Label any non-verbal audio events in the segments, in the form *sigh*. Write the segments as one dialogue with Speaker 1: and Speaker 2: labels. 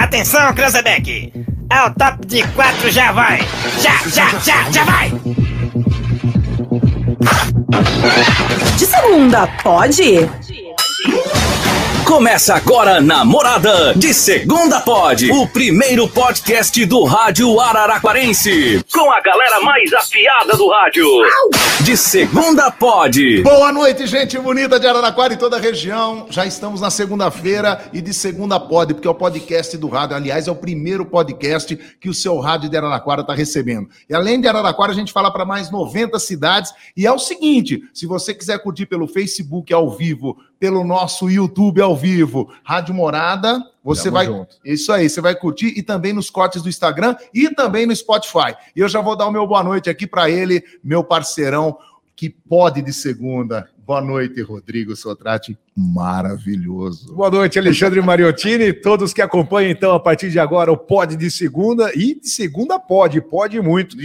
Speaker 1: Atenção, Cranzebeck! É o top de quatro, já vai! Já, já, já, já vai!
Speaker 2: De segunda, pode?
Speaker 3: Começa agora na Morada de Segunda Pod, o primeiro podcast do rádio araraquarense, com a galera mais afiada do rádio. De Segunda Pod.
Speaker 4: Boa noite, gente bonita de Araraquara e toda a região. Já estamos na segunda-feira e de segunda pod, porque é o podcast do rádio. Aliás, é o primeiro podcast que o seu rádio de Araraquara está recebendo. E além de Araraquara, a gente fala para mais 90 cidades. E é o seguinte: se você quiser curtir pelo Facebook ao vivo, pelo nosso YouTube ao vivo, Rádio Morada, você
Speaker 5: Tamo
Speaker 4: vai.
Speaker 5: junto.
Speaker 4: Isso aí, você vai curtir e também nos cortes do Instagram e também no Spotify. E eu já vou dar o meu boa noite aqui para ele, meu parceirão, que pode de segunda. Boa noite, Rodrigo Sotrate. Maravilhoso.
Speaker 5: Boa noite, Alexandre Mariottini, todos que acompanham, então, a partir de agora, o Pod de Segunda, e de segunda pode, pode muito,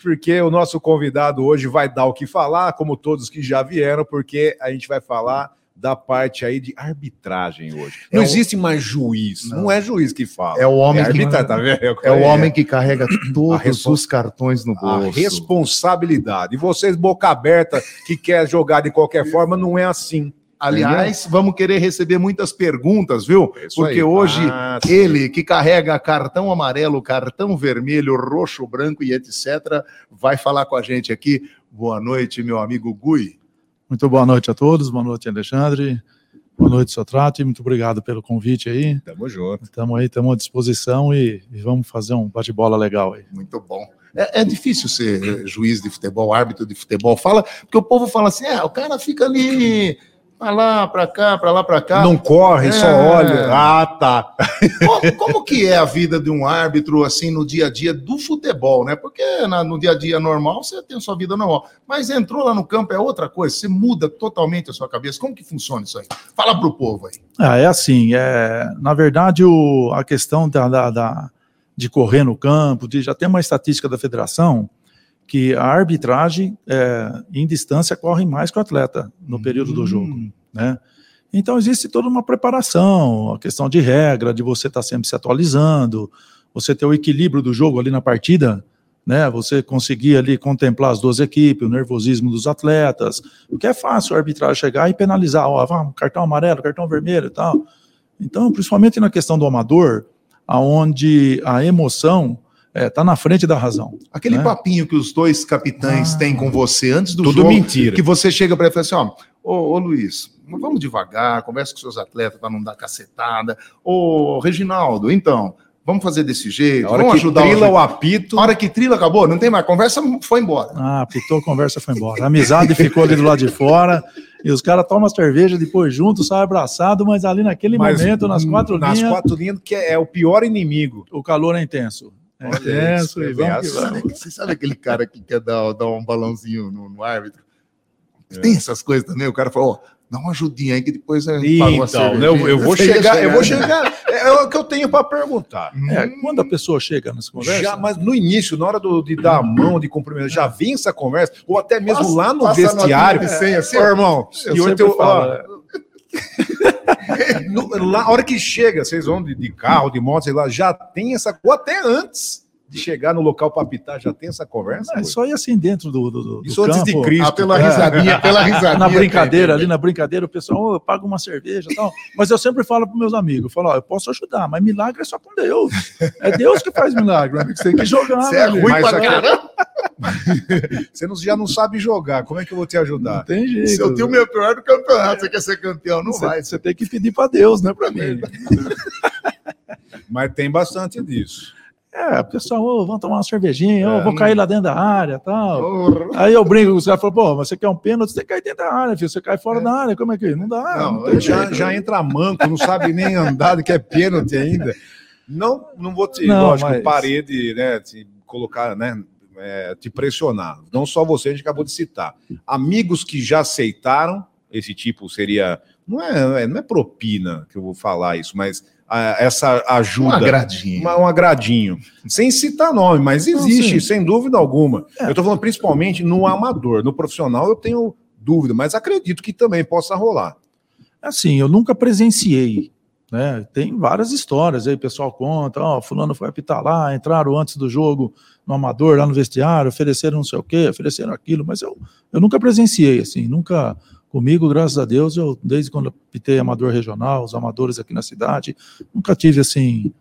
Speaker 5: porque o nosso convidado hoje vai dar o que falar, como todos que já vieram, porque a gente vai falar da parte aí de arbitragem hoje.
Speaker 4: É
Speaker 5: Não
Speaker 4: o-
Speaker 5: existe mais juiz, não.
Speaker 4: Não.
Speaker 5: é juiz que fala.
Speaker 4: É o homem que-
Speaker 5: arbitragem, tá vendo?
Speaker 4: É o homem que
Speaker 5: *clears throat*
Speaker 4: carrega todos
Speaker 5: respon-
Speaker 4: os cartões no
Speaker 5: A
Speaker 4: bolso.
Speaker 5: responsabilidade. E vocês, boca aberta, que quer jogar de qualquer forma, não é assim.
Speaker 4: Aliás, vamos querer receber muitas perguntas, viu?
Speaker 5: É isso
Speaker 4: Porque
Speaker 5: aí.
Speaker 4: hoje
Speaker 5: Ah, sim.
Speaker 4: ele que carrega cartão amarelo, cartão vermelho, roxo, branco e etc, vai falar com a gente aqui. Boa noite, meu amigo Gui.
Speaker 6: Muito boa noite a todos, boa noite, Alexandre. Boa noite, Sotrate. Muito obrigado pelo convite aí.
Speaker 5: Tamo junto.
Speaker 6: Estamos aí, estamos à disposição e, e vamos fazer um bate-bola legal aí.
Speaker 4: Muito bom. É, é difícil ser eh, juiz de futebol, árbitro de futebol. Fala, porque o povo fala assim: "É, o cara fica ali pra lá, pra cá, pra lá, pra cá".
Speaker 5: Não corre, só
Speaker 4: É.
Speaker 5: olha. Ah, tá.
Speaker 4: Como, como que é a vida de um árbitro assim no dia a dia do futebol, né? Porque na- no dia a dia normal você tem a sua vida normal, mas entrou lá no campo é outra coisa, você muda totalmente a sua cabeça. Como que funciona isso aí? Fala pro povo aí.
Speaker 6: Ah, é assim, é, na verdade, o- a questão da, da- da- de correr no campo, de, já tem uma estatística da federação que a arbitragem é, em distância corre mais que o atleta no período do jogo, né? Então existe toda uma preparação, a questão de regra, de você estar sempre se atualizando, você ter o equilíbrio do jogo ali na partida, né? Você conseguir ali contemplar as duas equipes, o nervosismo dos atletas, porque é fácil o arbitrário chegar e penalizar, ó, vamos, cartão amarelo, cartão vermelho e tal. Então, principalmente na questão do amador, aonde a emoção está na frente da razão.
Speaker 4: Aquele
Speaker 6: É.
Speaker 4: papinho que os dois capitães
Speaker 6: Ah.
Speaker 4: têm com você antes do
Speaker 5: Né? Tudo
Speaker 4: jogo,
Speaker 5: mentira.
Speaker 4: que você chega para ele e fala assim, ó, ô, ô Luiz, vamos devagar, conversa com seus atletas para não dar cacetada. Ô Reginaldo, então, vamos fazer desse jeito,
Speaker 5: A hora
Speaker 4: vamos
Speaker 5: que
Speaker 4: ajudar
Speaker 5: trila
Speaker 4: o...
Speaker 5: o apito,
Speaker 4: A hora que trila acabou, não tem mais conversa, foi embora.
Speaker 6: Ah, apitou, a conversa foi embora. A amizade ficou ali do lado de fora. E os caras tomam cerveja depois junto, saem abraçado, mas ali naquele
Speaker 5: mas
Speaker 6: momento, nas quatro
Speaker 5: nas
Speaker 6: linhas,
Speaker 5: quatro linhas, que é, é o pior inimigo.
Speaker 6: o calor é intenso. É
Speaker 5: Olha isso,
Speaker 6: intenso,
Speaker 5: é
Speaker 6: e vamos que
Speaker 5: bem
Speaker 6: vamos.
Speaker 4: Sabe- Você sabe aquele cara que quer dar, dar um balãozinho no, no árbitro?
Speaker 5: É.
Speaker 4: Tem essas coisas também. O cara fala, ó, dá uma ajudinha aí que depois a gente paga uma
Speaker 5: né, eu, eu vou
Speaker 4: Você ia
Speaker 5: chegar, eu vou
Speaker 4: né?
Speaker 5: chegar. É o que eu tenho para perguntar.
Speaker 6: É, quando a pessoa chega nessa conversa,
Speaker 5: Já, mas no início, na hora do- de dar a mão, de cumprimentar, já vem essa conversa, ou até mesmo
Speaker 4: Passa-
Speaker 5: lá no
Speaker 4: passa a
Speaker 5: vestiário.
Speaker 4: notinha de senha, assim,
Speaker 5: Ô, irmão,
Speaker 6: eu
Speaker 5: e ontem
Speaker 6: sempre
Speaker 5: eu- né?
Speaker 6: falo,
Speaker 4: é.
Speaker 5: ó, no- lá, a hora que chega, vocês vão de, de carro, de moto, sei lá, já tem essa. Ou até antes de chegar no local para apitar, já tem essa conversa?
Speaker 6: é, só ir assim dentro do, do, do
Speaker 5: Isso
Speaker 6: do
Speaker 5: antes
Speaker 6: campo,
Speaker 5: de Cristo.
Speaker 4: Ah, pela risadinha, pela risadinha.
Speaker 6: na brincadeira, ali na brincadeira, o pessoal, "Ô, eu pago uma cerveja e tal. Mas eu sempre falo para meus amigos, eu falo, ó, eu posso ajudar, mas milagre é só com Deus. É Deus que faz milagre, né? você tem que jogar.
Speaker 4: Você é
Speaker 6: meu
Speaker 4: ruim
Speaker 5: Mas
Speaker 4: pra
Speaker 5: aquela-
Speaker 4: caramba.
Speaker 5: Você não- já não sabe jogar, como é que eu vou te
Speaker 6: Não
Speaker 5: ajudar?
Speaker 6: tem jeito.
Speaker 4: Se eu tenho o meu pior do campeonato, você quer ser campeão? Não
Speaker 6: você,
Speaker 4: vai.
Speaker 6: você tem que pedir para Deus, né, para mim.
Speaker 5: Mas tem bastante disso.
Speaker 6: É, o pessoal, ô, vamos tomar uma cervejinha, ô,
Speaker 4: É,
Speaker 6: vou
Speaker 4: não-
Speaker 6: cair lá dentro da área tal.
Speaker 4: Porra.
Speaker 6: Aí eu brinco com os caras, falo, pô, mas você quer um pênalti, você cai dentro da área, filho, você cai fora da área, como é que... Não dá,
Speaker 4: Não,
Speaker 6: não, tem
Speaker 5: Já,
Speaker 6: jeito.
Speaker 5: já entra manco, não sabe nem andar, que é pênalti ainda. Não, não vou te,
Speaker 6: Não,
Speaker 5: lógico,
Speaker 6: mas-
Speaker 5: parede, né, te colocar, né, é, te pressionar. Não só você, a gente acabou de citar. Amigos que já aceitaram, esse tipo seria, não é, não é- não é propina que eu vou falar isso, mas ah, essa
Speaker 4: Um
Speaker 5: ajuda,
Speaker 4: agradinho.
Speaker 5: uma- um agradinho. Sem citar nome, mas
Speaker 6: Não,
Speaker 5: existe,
Speaker 6: sim.
Speaker 5: sem dúvida alguma.
Speaker 6: É.
Speaker 5: Eu tô falando principalmente no amador. No profissional eu tenho dúvida, mas acredito que também possa rolar.
Speaker 6: Assim, eu nunca presenciei, né? Tem várias histórias aí, o pessoal conta, ó, fulano foi apitar lá, entraram antes do jogo no amador, lá no vestiário, ofereceram não sei o quê, ofereceram aquilo, mas eu, eu nunca presenciei, assim, nunca comigo, graças a Deus, eu desde quando apitei amador regional, os amadores aqui na cidade, nunca tive, assim,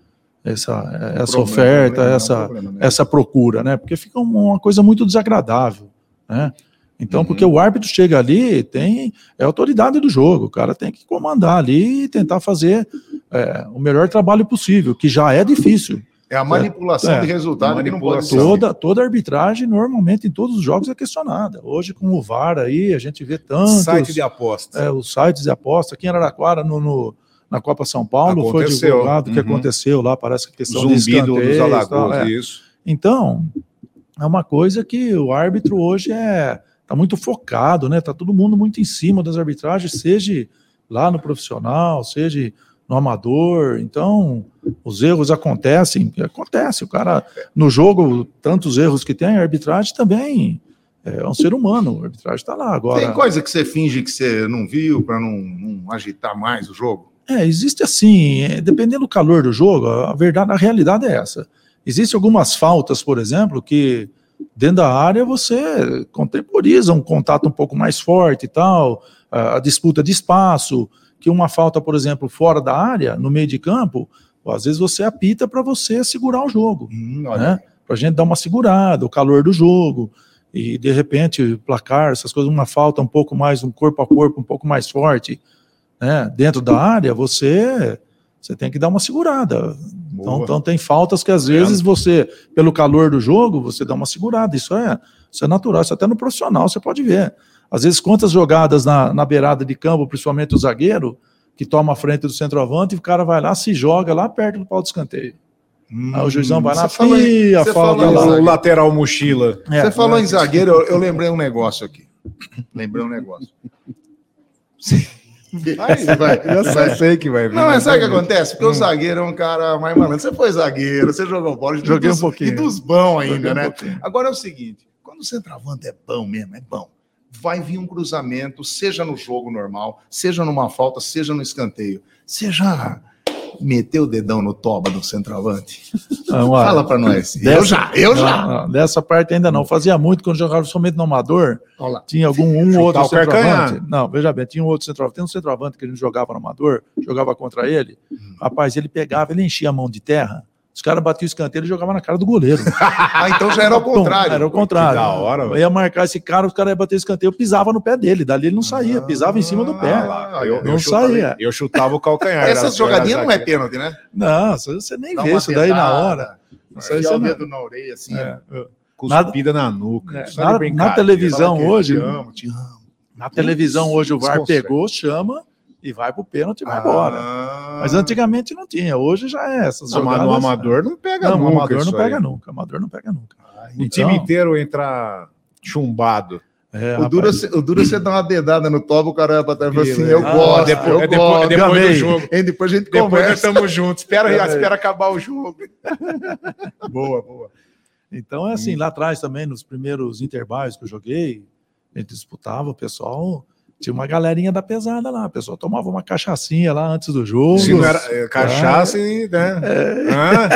Speaker 6: essa, essa
Speaker 4: problema,
Speaker 6: oferta,
Speaker 4: problema,
Speaker 6: essa,
Speaker 4: não, problema, né?
Speaker 6: essa procura, né? Porque fica uma uma coisa muito desagradável, né? Então,
Speaker 5: Uhum.
Speaker 6: porque o árbitro chega ali, tem é a autoridade do jogo, o cara tem que comandar ali e tentar fazer é, o melhor trabalho possível, que já é difícil.
Speaker 4: É a manipulação
Speaker 6: É.
Speaker 4: de resultado que não pode ser.
Speaker 6: Toda, toda arbitragem, normalmente, em todos os jogos é questionada. Hoje, com o VAR aí, a gente vê tantos...
Speaker 5: Site de aposta.
Speaker 6: é, os sites de aposta. Aqui em Araraquara, no, no- na Copa São Paulo, foi
Speaker 5: Aconteceu.
Speaker 6: divulgado o que
Speaker 5: Uhum.
Speaker 6: aconteceu lá, parece que questão de
Speaker 5: Zumbi do-
Speaker 6: escanteios
Speaker 5: dos
Speaker 6: e tal,
Speaker 5: Alagoas,
Speaker 6: é.
Speaker 5: isso.
Speaker 6: Então, é uma coisa que o árbitro hoje é tá muito focado, né? Tá todo mundo muito em cima das arbitragens, seja lá no profissional, seja no amador. Então, os erros acontecem, acontece. O cara no jogo, tantos erros que tem, a arbitragem também é um ser humano. A arbitragem está lá agora.
Speaker 4: Tem coisa que você finge que você não viu para não, não agitar mais o jogo?
Speaker 6: É, existe assim, é, dependendo do calor do jogo, a a verdade, a realidade é essa. Existem algumas faltas, por exemplo, que dentro da área você contemporiza um contato um pouco mais forte e tal, a a disputa de espaço, que uma falta, por exemplo, fora da área, no meio de campo, às vezes você apita para você segurar o jogo
Speaker 4: Hum,
Speaker 6: né? Para a gente dar uma segurada, o calor do jogo, e de repente placar, essas coisas, uma falta um pouco mais, um corpo a corpo um pouco mais forte, né? Dentro da área, você você tem que dar uma segurada. Então, então tem faltas que às vezes
Speaker 4: É.
Speaker 6: você, pelo calor do jogo, você dá uma segurada. Isso é, isso é natural, isso até no profissional você pode ver. Às vezes, quantas jogadas na, na beirada de campo, principalmente o zagueiro, que toma a frente do centroavante, e o cara vai lá, se joga lá perto do pau do escanteio.
Speaker 4: Hum,
Speaker 6: Aí o juizão vai lá,
Speaker 4: você falou em-
Speaker 6: "Ih, a
Speaker 4: você
Speaker 6: falta
Speaker 4: falou em
Speaker 6: Tá lá."
Speaker 4: zagueiro.
Speaker 5: O lateral mochila.
Speaker 6: É,
Speaker 4: você falou em zagueiro, eu, eu lembrei um negócio aqui. Lembrei um negócio. Vai, vai,
Speaker 5: Eu
Speaker 4: vai.
Speaker 5: só sei é, que vai vir.
Speaker 4: Não, mas
Speaker 6: é.
Speaker 4: sabe o que acontece?
Speaker 6: Hum.
Speaker 4: Porque o zagueiro é um cara mais malandro. Você foi zagueiro, você jogou bola. e
Speaker 6: Joguei um
Speaker 4: dos-
Speaker 6: pouquinho.
Speaker 4: E dos bons
Speaker 6: Joguei
Speaker 4: ainda,
Speaker 6: um
Speaker 4: né?
Speaker 6: pouquinho.
Speaker 4: Agora é o seguinte, quando o centroavante é bom mesmo, é bom. Vai vir um cruzamento, seja no jogo normal, seja numa falta, seja no escanteio. Você já meteu o dedão no toba do centroavante?
Speaker 6: Não, olha,
Speaker 4: Fala pra nós. Eu
Speaker 6: dessa-
Speaker 4: já, eu
Speaker 6: não,
Speaker 4: já.
Speaker 6: não, dessa parte ainda não. Fazia muito quando jogava somente no Amador.
Speaker 4: Olha lá.
Speaker 6: Tinha algum um ou outro
Speaker 5: o calcanhar.
Speaker 6: centroavante. Não, veja bem, tinha um outro centroavante. Tem um centroavante que a gente jogava no Amador, jogava contra ele.
Speaker 5: Hum.
Speaker 6: Rapaz, ele pegava, ele enchia a mão de terra. Os caras batiam o escanteio e jogavam na cara
Speaker 5: *laughs*
Speaker 6: do goleiro.
Speaker 4: Ah, então já era ao
Speaker 6: Pum,
Speaker 4: contrário.
Speaker 6: Era o contrário.
Speaker 5: Que da hora, velho.
Speaker 6: ia marcar esse cara, os caras iam bater o escanteio, eu pisava no pé dele. Dali ele não saía, pisava em cima do pé.
Speaker 4: Ah, lá, eu-
Speaker 6: não
Speaker 4: eu
Speaker 6: saía.
Speaker 5: Eu chutava o
Speaker 6: *laughs*
Speaker 5: calcanhar. era-
Speaker 4: Essas jogadinhas
Speaker 5: era
Speaker 4: não é
Speaker 5: zagueiro.
Speaker 4: pênalti, né?
Speaker 6: Não, você- você nem
Speaker 4: Dá
Speaker 6: vê
Speaker 4: uma
Speaker 6: isso daí na
Speaker 4: dedada,
Speaker 6: hora. Isso aí
Speaker 4: enfiar
Speaker 6: você
Speaker 4: o
Speaker 6: não-
Speaker 4: dedo na orelha, assim.
Speaker 6: É.
Speaker 5: Cuspida na nuca.
Speaker 6: É,
Speaker 5: Isso
Speaker 6: na-
Speaker 5: era
Speaker 6: na
Speaker 5: brincadeira.
Speaker 6: televisão
Speaker 5: Fala que
Speaker 6: hoje- né?
Speaker 5: Te amo, te amo.
Speaker 6: Na televisão hoje o VAR
Speaker 5: Desconcerto.
Speaker 6: pegou, chama e vai pro
Speaker 5: Ah,
Speaker 6: pênalti e vai embora. Mas antigamente não tinha, hoje já é essas
Speaker 5: Não, mas
Speaker 6: jogadas. é.
Speaker 5: no amador não pega
Speaker 6: não, o
Speaker 5: nunca.
Speaker 6: amador não
Speaker 5: isso aí.
Speaker 6: pega Então- nunca, amador não pega nunca.
Speaker 5: O time inteiro entra chumbado.
Speaker 6: É,
Speaker 4: O
Speaker 6: rapaz,
Speaker 4: duro, é cê- o duro é você dar uma dedada no tobo, o cara vai pra trás e fala assim:
Speaker 5: Pila.
Speaker 4: eu
Speaker 6: Ah,
Speaker 4: gosto,
Speaker 5: depois-
Speaker 4: eu
Speaker 5: é depois-
Speaker 4: gosto.
Speaker 5: é depois do
Speaker 4: Ganhei.
Speaker 5: jogo.
Speaker 4: E depois a gente
Speaker 5: Depois nós
Speaker 4: conversa.
Speaker 5: estamos juntos. Espera,
Speaker 6: É.
Speaker 5: espera acabar o jogo. *laughs*
Speaker 4: Boa, boa.
Speaker 6: Então é assim, lá atrás também, nos primeiros intervalos que eu joguei, a gente disputava, o pessoal. Tinha uma galerinha da pesada lá, o pessoal tomava uma cachaçinha lá antes do jogo.
Speaker 5: Se não era é, cachaça, e, né? Hã?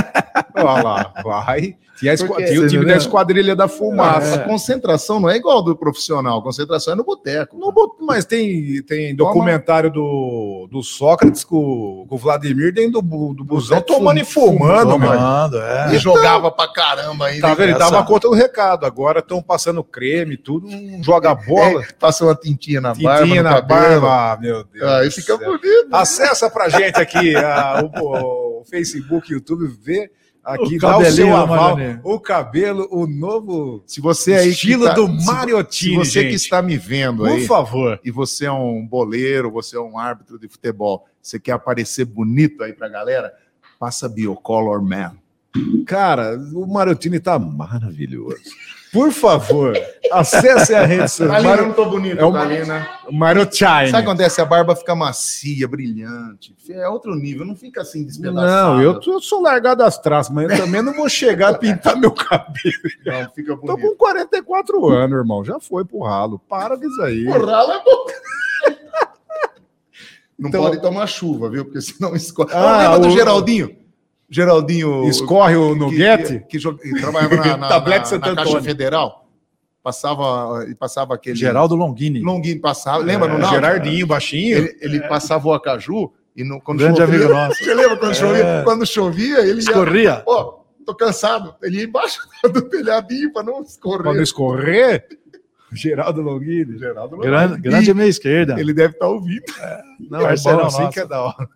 Speaker 5: Olha lá, vai. Tinha, a esqua-
Speaker 4: É. Porque-
Speaker 5: tinha o
Speaker 6: você
Speaker 5: time
Speaker 6: entendeu?
Speaker 5: da Esquadrilha da Fumaça.
Speaker 4: A concentração não é igual do profissional, a concentração é no boteco.
Speaker 5: Não bot- mas tem, tem documentário do, do Sócrates com, com o Vladimir dentro do, bu- do busão,
Speaker 4: Boteco
Speaker 5: tomando e fumando,
Speaker 6: tomando,
Speaker 5: meu.
Speaker 6: é.
Speaker 4: E jogava pra caramba ainda.
Speaker 5: Tá vendo? Ele
Speaker 6: Essa-
Speaker 5: dava conta do recado. Agora estão passando creme, tudo, não joga bola.
Speaker 4: É, passa uma tintinha na barba.
Speaker 5: Tintinha
Speaker 4: no
Speaker 5: na
Speaker 4: cabelo.
Speaker 5: barba, ah, meu Deus.
Speaker 4: Aí
Speaker 5: do
Speaker 4: fica
Speaker 5: céu.
Speaker 4: bonito.
Speaker 5: Acessa pra gente aqui ah, o, o Facebook, YouTube, vê aqui,
Speaker 6: O
Speaker 5: dá o seu
Speaker 6: cabelinho,
Speaker 5: aval,
Speaker 6: Mariane.
Speaker 5: o cabelo, o novo
Speaker 4: Se você aí. que
Speaker 5: estilo
Speaker 4: tá-
Speaker 5: do
Speaker 4: se- Se
Speaker 5: Mariotini,
Speaker 4: você que
Speaker 5: gente.
Speaker 4: está me vendo
Speaker 5: Por
Speaker 4: aí.
Speaker 5: favor.
Speaker 4: e você é um boleiro, você é um árbitro de futebol, você quer aparecer bonito aí pra galera, passa Biocolor Man.
Speaker 5: Cara, o Mariotini tá maravilhoso. Por favor, acesse a rede social. Mario,
Speaker 4: tô bonito, tá, né?
Speaker 5: É o-
Speaker 4: Kalina.
Speaker 5: Mariotini.
Speaker 4: Sabe o que acontece? A barba fica macia, brilhante. É outro nível, não fica assim despedaçado.
Speaker 5: Não, eu tô- sou largado as traças, mas eu também não vou chegar a pintar meu cabelo.
Speaker 4: Não, fica
Speaker 5: Tô
Speaker 4: bonito.
Speaker 5: com 44 anos, irmão. Já foi pro ralo. Para com isso aí.
Speaker 4: Porra, ela é bo- Não
Speaker 5: Então-
Speaker 4: pode tomar chuva, viu? Porque senão escorre.
Speaker 5: Ah,
Speaker 4: Ah, lembra do
Speaker 5: o-
Speaker 4: Geraldinho? Geraldinho.
Speaker 5: Escorre o
Speaker 4: que-
Speaker 5: Noguete?
Speaker 4: Que, que joga- que trabalhava
Speaker 5: *laughs*
Speaker 4: na, na,
Speaker 5: Tablete
Speaker 4: na-
Speaker 5: Santo
Speaker 4: na Caixa
Speaker 5: Antônio.
Speaker 4: Federal. Passava, e passava aquele.
Speaker 6: Geraldo Longini.
Speaker 4: Longuinho passava. Lembra?
Speaker 5: É,
Speaker 4: não, não?
Speaker 5: Gerardinho, É. baixinho.
Speaker 4: Ele, ele passava o Acaju e no, quando
Speaker 6: Grande
Speaker 4: chovia.
Speaker 6: amigo nosso.
Speaker 4: *laughs* Você lembra quando chovia?
Speaker 6: É.
Speaker 4: Quando chovia, ele ia.
Speaker 6: Escorria.
Speaker 4: Pô, tô cansado. Ele ia embaixo *laughs* do telhadinho pra não
Speaker 5: Pra não
Speaker 4: escorrer.
Speaker 5: escorrer, Geraldo Longuini.
Speaker 4: Geraldo não
Speaker 6: Grande,
Speaker 4: vai.
Speaker 6: grande meia esquerda.
Speaker 4: Ele deve estar ouvindo.
Speaker 5: Não,
Speaker 6: Parceirão
Speaker 5: é bom assim
Speaker 6: nosso.
Speaker 5: que é da hora.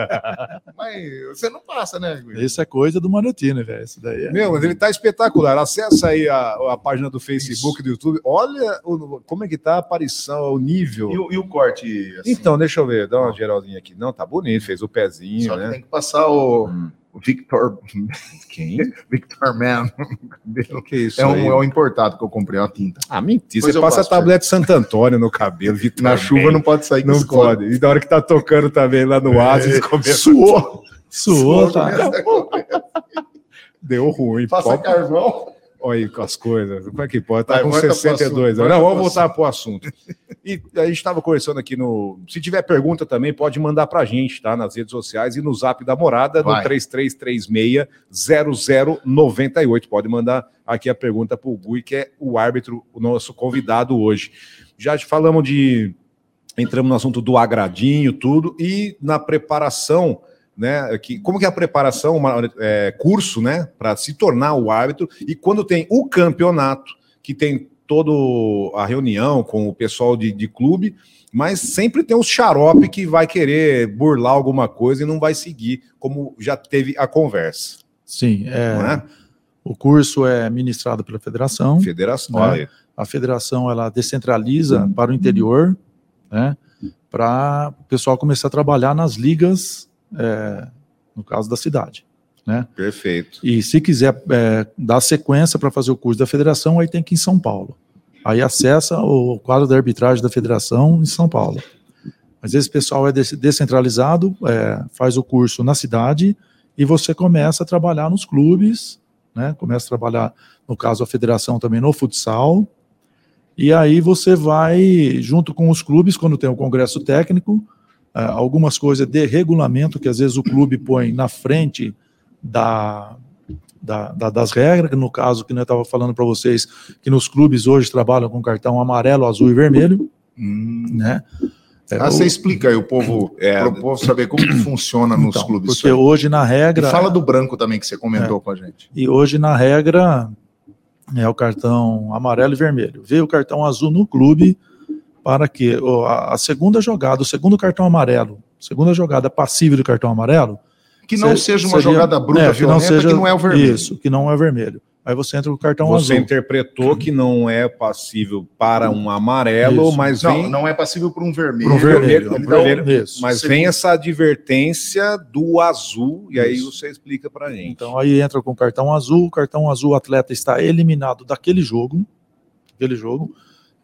Speaker 4: *laughs* Mas você não passa, né, Gui?
Speaker 6: Isso é coisa do Manutini, velho. Isso daí é.
Speaker 5: Meu, mas ele tá espetacular. Acessa aí a, a página do Facebook, do YouTube. Olha o- como é que tá a aparição, o nível.
Speaker 4: E, o- e o corte? assim?
Speaker 5: Então, deixa eu ver, dá uma geralzinha aqui. Não, tá bonito, fez o pezinho,
Speaker 4: Só que
Speaker 5: né?
Speaker 4: tem que passar o, o Victor. *laughs* Quem? Victor Man.
Speaker 5: O que é isso?
Speaker 4: É
Speaker 5: aí?
Speaker 4: um, é um importado que eu comprei, uma tinta.
Speaker 5: Ah, mentira.
Speaker 4: Pois
Speaker 5: Você
Speaker 4: eu
Speaker 5: passa
Speaker 4: passo,
Speaker 5: tablete Santo Antônio
Speaker 4: *laughs*
Speaker 5: no cabelo, Vitor.
Speaker 4: Na chuva não pode sair
Speaker 5: não
Speaker 4: escorre.
Speaker 5: pode. E na hora que tá tocando também lá no Oasis, começa.
Speaker 4: Suou.
Speaker 6: Suou, tá?
Speaker 5: Deu ruim.
Speaker 4: Passa
Speaker 5: Pô,
Speaker 4: carvão.
Speaker 5: Olha aí com as coisas. Como é que pode? Tá
Speaker 4: Vai,
Speaker 5: com
Speaker 4: volta pro
Speaker 5: 62
Speaker 4: assunto,
Speaker 5: anos. Não,
Speaker 4: volta
Speaker 5: vamos
Speaker 4: pro
Speaker 5: voltar pro assunto. E a gente estava conversando aqui no. Se tiver pergunta também, pode mandar pra gente, tá? Nas redes sociais e no zap da morada,
Speaker 4: Vai.
Speaker 5: no 3336-0098. Pode mandar aqui a pergunta pro Gui, que é o árbitro, o nosso convidado hoje. Já te falamos de. Entramos no assunto do agradinho, tudo, e na preparação, né? Que, como que é a preparação, uma- é, curso, né? Para se tornar o árbitro, e quando tem o campeonato, que tem toda a reunião com o pessoal de, de clube, mas sempre tem os xarope que vai querer burlar alguma coisa e não vai seguir, como já teve a conversa,
Speaker 6: Sim, é,
Speaker 5: não é?
Speaker 6: o curso é ministrado pela federação.
Speaker 5: Federação.
Speaker 6: É.
Speaker 5: Olha aí.
Speaker 6: A federação ela descentraliza para o interior, né, para o pessoal começar a trabalhar nas ligas, é, no caso da cidade.
Speaker 5: Perfeito.
Speaker 6: E se quiser é, dar sequência para fazer o curso da federação, aí tem que ir em São Paulo. Aí acessa o quadro da arbitragem da federação em São Paulo. Mas esse pessoal é des- descentralizado, é, faz o curso na cidade e você começa a trabalhar nos clubes, né? Começa a trabalhar, no caso, a federação também no futsal. E aí você vai, junto com os clubes, quando tem o congresso técnico, é, algumas coisas de regulamento que às vezes o clube põe na frente da, da- da- das regras, que no caso que eu estava falando para vocês, que nos clubes hoje trabalham com cartão amarelo, azul e vermelho,
Speaker 4: Hum.
Speaker 6: né? É,
Speaker 4: Ah,
Speaker 6: o-
Speaker 4: você explica aí o povo,
Speaker 5: É.
Speaker 4: pro povo saber como *coughs* que funciona nos
Speaker 6: então,
Speaker 4: clubes.
Speaker 6: Porque hoje na
Speaker 4: E
Speaker 6: regra
Speaker 4: fala do branco também que você comentou com a gente.
Speaker 6: e hoje na regra é o cartão amarelo e vermelho. Vê o cartão azul no clube para que ó, a, a segunda jogada, o segundo cartão amarelo, segunda jogada passível do cartão amarelo,
Speaker 4: Que não
Speaker 6: se-
Speaker 4: seja uma
Speaker 6: seria-
Speaker 4: jogada bruta,
Speaker 6: é,
Speaker 4: violenta, que não, é o vermelho.
Speaker 6: Isso, que não é o vermelho. Aí você entra com o cartão
Speaker 5: Você
Speaker 6: azul.
Speaker 5: interpretou que não é passível para um amarelo,
Speaker 6: Isso.
Speaker 5: mas
Speaker 4: Não,
Speaker 5: vem,
Speaker 4: não é passível para um vermelho.
Speaker 5: Pro vermelho,
Speaker 4: Ele
Speaker 5: pro
Speaker 4: dá um-
Speaker 5: vermelho.
Speaker 6: Isso.
Speaker 5: mas
Speaker 4: Sim.
Speaker 5: vem essa advertência do azul, e aí
Speaker 6: Isso.
Speaker 5: você explica pra gente.
Speaker 6: Então aí entra com o cartão azul, o cartão azul o atleta está eliminado daquele jogo, daquele jogo.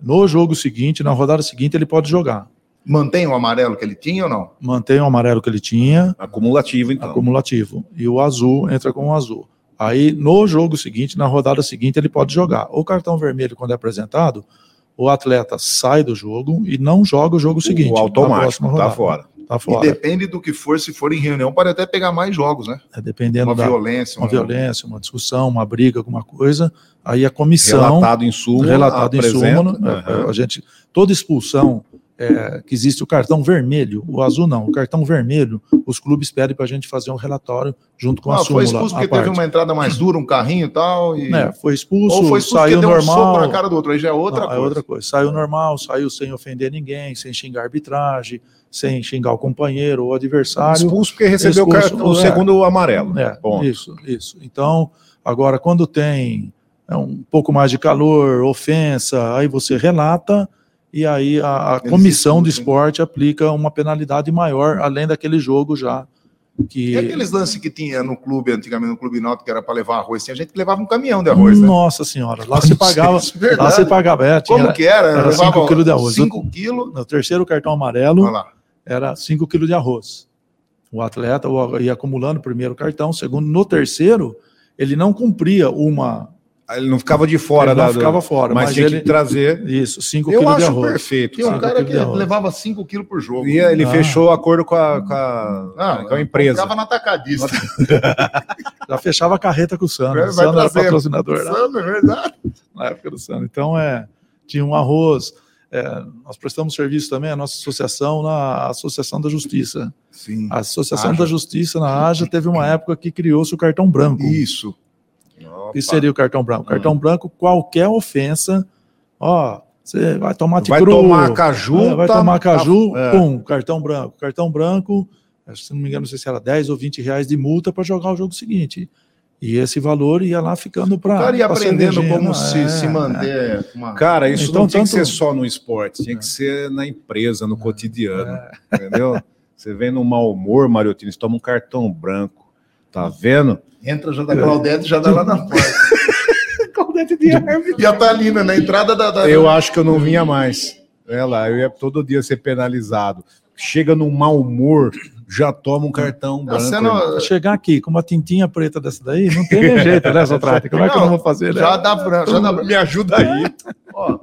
Speaker 6: No jogo seguinte, na rodada seguinte, ele pode jogar.
Speaker 4: Mantém o amarelo que ele tinha ou não?
Speaker 6: Mantém o amarelo que ele tinha,
Speaker 5: Acumulativo, então.
Speaker 6: acumulativo. E o azul entra com o azul. Aí, no jogo seguinte, na rodada seguinte, ele pode jogar. O cartão vermelho, quando é apresentado, o atleta sai do jogo e não joga o jogo seguinte.
Speaker 5: o
Speaker 6: na próxima
Speaker 5: automático, tá
Speaker 6: rodada.
Speaker 5: fora.
Speaker 6: Tá
Speaker 4: E
Speaker 6: fora.
Speaker 4: depende do que for, se for em reunião, pode até pegar mais jogos, né?
Speaker 6: É, dependendo
Speaker 4: Uma
Speaker 6: da
Speaker 4: violência.
Speaker 6: uma
Speaker 4: um-
Speaker 6: violência, uma discussão, uma briga, alguma coisa. Aí a comissão.
Speaker 5: Relatado em súmula.
Speaker 6: Um relatado em
Speaker 5: apresenta.
Speaker 6: súmula.
Speaker 5: Aham.
Speaker 6: né? A gente, toda expulsão é, que existe o cartão vermelho, o azul não, o cartão vermelho, os clubes pedem para a gente fazer um relatório junto com a
Speaker 4: Ah, foi
Speaker 6: súmula.
Speaker 4: expulso
Speaker 6: um à
Speaker 4: porque teve
Speaker 6: parte.
Speaker 4: uma entrada mais dura, um carrinho e tal. E...
Speaker 6: É, foi expulso,
Speaker 4: Ou foi expulso porque
Speaker 6: saiu
Speaker 4: deu um soco
Speaker 6: normal.
Speaker 4: na cara do outro. Aí já é outra
Speaker 6: Não, é
Speaker 4: coisa.
Speaker 6: outra coisa. Saiu normal, saiu sem ofender ninguém, sem xingar a arbitragem, sem xingar o companheiro ou o adversário.
Speaker 5: Expulso porque recebeu
Speaker 6: Expulso,
Speaker 5: o, cartão- o
Speaker 6: é.
Speaker 5: segundo amarelo.
Speaker 6: É,
Speaker 5: Né? Ponto.
Speaker 6: isso, isso. Então, agora, quando tem é, um pouco mais de calor, ofensa, aí você relata e aí a, a
Speaker 4: Eles
Speaker 6: comissão do
Speaker 4: discutem.
Speaker 6: esporte aplica uma penalidade maior, além daquele jogo já que...
Speaker 4: E aqueles lances que tinha no clube, antigamente, no clube náutico, que era para levar arroz, tinha gente que levava um caminhão de arroz, né?
Speaker 6: Nossa senhora, lá você pagava... lá
Speaker 4: Verdade.
Speaker 6: você pagava... É, tinha,
Speaker 4: Como que era?
Speaker 6: era
Speaker 4: Levava
Speaker 6: cinco quilos de arroz.
Speaker 4: cinco quilos.
Speaker 6: No terceiro cartão amarelo,
Speaker 4: Olha lá.
Speaker 6: era 5 quilos de arroz. O atleta o- ia acumulando o primeiro cartão, o segundo, no terceiro, ele não cumpria uma,
Speaker 5: Ele não ficava de fora
Speaker 6: Ele não
Speaker 5: da- da-
Speaker 6: ficava fora,
Speaker 5: mas,
Speaker 6: mas
Speaker 5: tinha
Speaker 6: ele-
Speaker 5: que trazer.
Speaker 6: Isso, 5
Speaker 5: Eu
Speaker 6: quilos de
Speaker 5: acho
Speaker 6: arroz.
Speaker 5: perfeito.
Speaker 4: Tem um
Speaker 6: Cinco
Speaker 4: cara
Speaker 6: quilos
Speaker 4: que
Speaker 6: de arroz.
Speaker 4: levava 5 quilos por jogo.
Speaker 5: E ele
Speaker 6: é Ah.
Speaker 5: fechou o acordo com a, com a,
Speaker 4: Ah,
Speaker 5: com a empresa.
Speaker 4: Comprava na atacadista.
Speaker 6: Já fechava a carreta com o Sano.
Speaker 4: Vai
Speaker 6: O Sano era
Speaker 4: trazer.
Speaker 6: patrocinador na,
Speaker 4: Sabe, *laughs* é verdade.
Speaker 6: na época do Sano. Então, é, tinha um arroz. é, nós prestamos serviço também à nossa associação, na Associação da Justiça.
Speaker 4: Sim.
Speaker 6: A Associação
Speaker 4: Aja.
Speaker 6: da Justiça na Haja teve uma época que criou-se o cartão branco.
Speaker 4: Isso.
Speaker 6: O que seria o cartão branco?
Speaker 5: Ah.
Speaker 6: Cartão branco, qualquer ofensa, ó, você vai tomar
Speaker 5: Vai
Speaker 6: cru,
Speaker 5: tomar caju.
Speaker 6: é, vai
Speaker 5: tá-
Speaker 6: tomar caju,
Speaker 5: tá- é.
Speaker 6: pum, cartão branco. Cartão branco, acho que, se não me engano, não sei se era 10 ou 20 reais de multa para jogar o jogo seguinte. E esse valor ia lá ficando para.
Speaker 4: O cara ia aprendendo como
Speaker 6: é,
Speaker 4: se, se manter. Uma...
Speaker 5: Cara, isso
Speaker 6: Então,
Speaker 5: não tinha que
Speaker 6: tanto- É.
Speaker 5: ser só no esporte, tinha que ser na empresa, no cotidiano.
Speaker 6: *laughs*
Speaker 5: Entendeu? Você vem num mau humor, Mariotini, você toma um cartão branco. Tá vendo?
Speaker 4: Entra já da
Speaker 6: É.
Speaker 4: Claudete já dá lá na porta. *laughs* e a Thalina, na entrada da. da-
Speaker 5: Eu acho que eu não vinha mais. É lá, eu ia todo dia ser penalizado. Chega num mau humor, já toma um cartão
Speaker 4: A
Speaker 5: branco.
Speaker 4: cena-
Speaker 5: irmão.
Speaker 6: Chegar aqui com uma tintinha preta dessa daí, não tem nem jeito, né, Sotrate? Como é que eu
Speaker 4: Não,
Speaker 6: não vou fazer, né?
Speaker 4: já dá branco. Já dá branco.
Speaker 5: Me ajuda
Speaker 4: É.
Speaker 5: aí.
Speaker 4: Ó,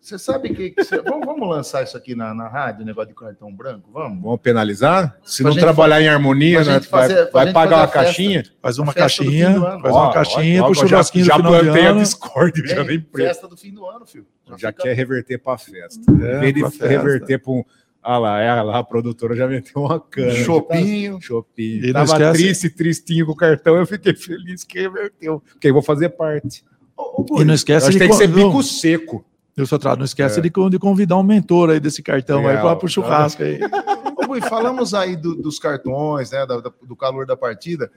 Speaker 4: você sabe que. que você- Vamos, vamos lançar isso aqui na, na rádio, o negócio de cartão branco? Vamos?
Speaker 5: Vamos penalizar? Se
Speaker 4: Pra
Speaker 5: não
Speaker 4: gente
Speaker 5: trabalhar em harmonia,
Speaker 4: pra
Speaker 5: né,
Speaker 4: gente fazer-
Speaker 5: vai,
Speaker 4: pra
Speaker 5: vai
Speaker 4: gente
Speaker 5: pagar
Speaker 4: fazer
Speaker 5: uma
Speaker 4: a festa.
Speaker 5: caixinha?
Speaker 6: Faz uma
Speaker 4: Festa do fim
Speaker 6: caixinha,
Speaker 4: do ano.
Speaker 6: faz
Speaker 5: Ó,
Speaker 6: uma
Speaker 5: ó,
Speaker 6: caixinha
Speaker 5: ó,
Speaker 6: pro
Speaker 5: já-
Speaker 6: churrasquinho
Speaker 5: já,
Speaker 6: do final de
Speaker 5: plantei a
Speaker 6: ano.
Speaker 5: discórdia, já nem preto.
Speaker 4: É, festa do fim do ano, filho.
Speaker 5: Já
Speaker 4: fica-
Speaker 5: quer reverter pra festa.
Speaker 6: É,
Speaker 5: Em vez de
Speaker 6: pra festa.
Speaker 5: reverter pra um. Ah lá, é, lá, a produtora já meteu uma cana.
Speaker 4: Um Chopinho.
Speaker 5: Chopinho.
Speaker 6: E não
Speaker 5: Tava
Speaker 6: esquece-
Speaker 5: triste, tristinho com o cartão. Eu fiquei feliz que reverteu. Porque aí eu vou fazer parte.
Speaker 4: Ô, ô,
Speaker 6: E não
Speaker 4: Guri,
Speaker 5: Eu
Speaker 6: esquece
Speaker 5: acho que
Speaker 6: de
Speaker 5: tem que ser
Speaker 6: co- não,
Speaker 5: bico seco.
Speaker 6: Eu só trago, não esquece de, con- de convidar um mentor aí desse cartão aí
Speaker 5: Legal.
Speaker 6: para o churrasco aí.
Speaker 4: ô, Guri, falamos aí do- dos cartões, né, da- da- do calor da partida.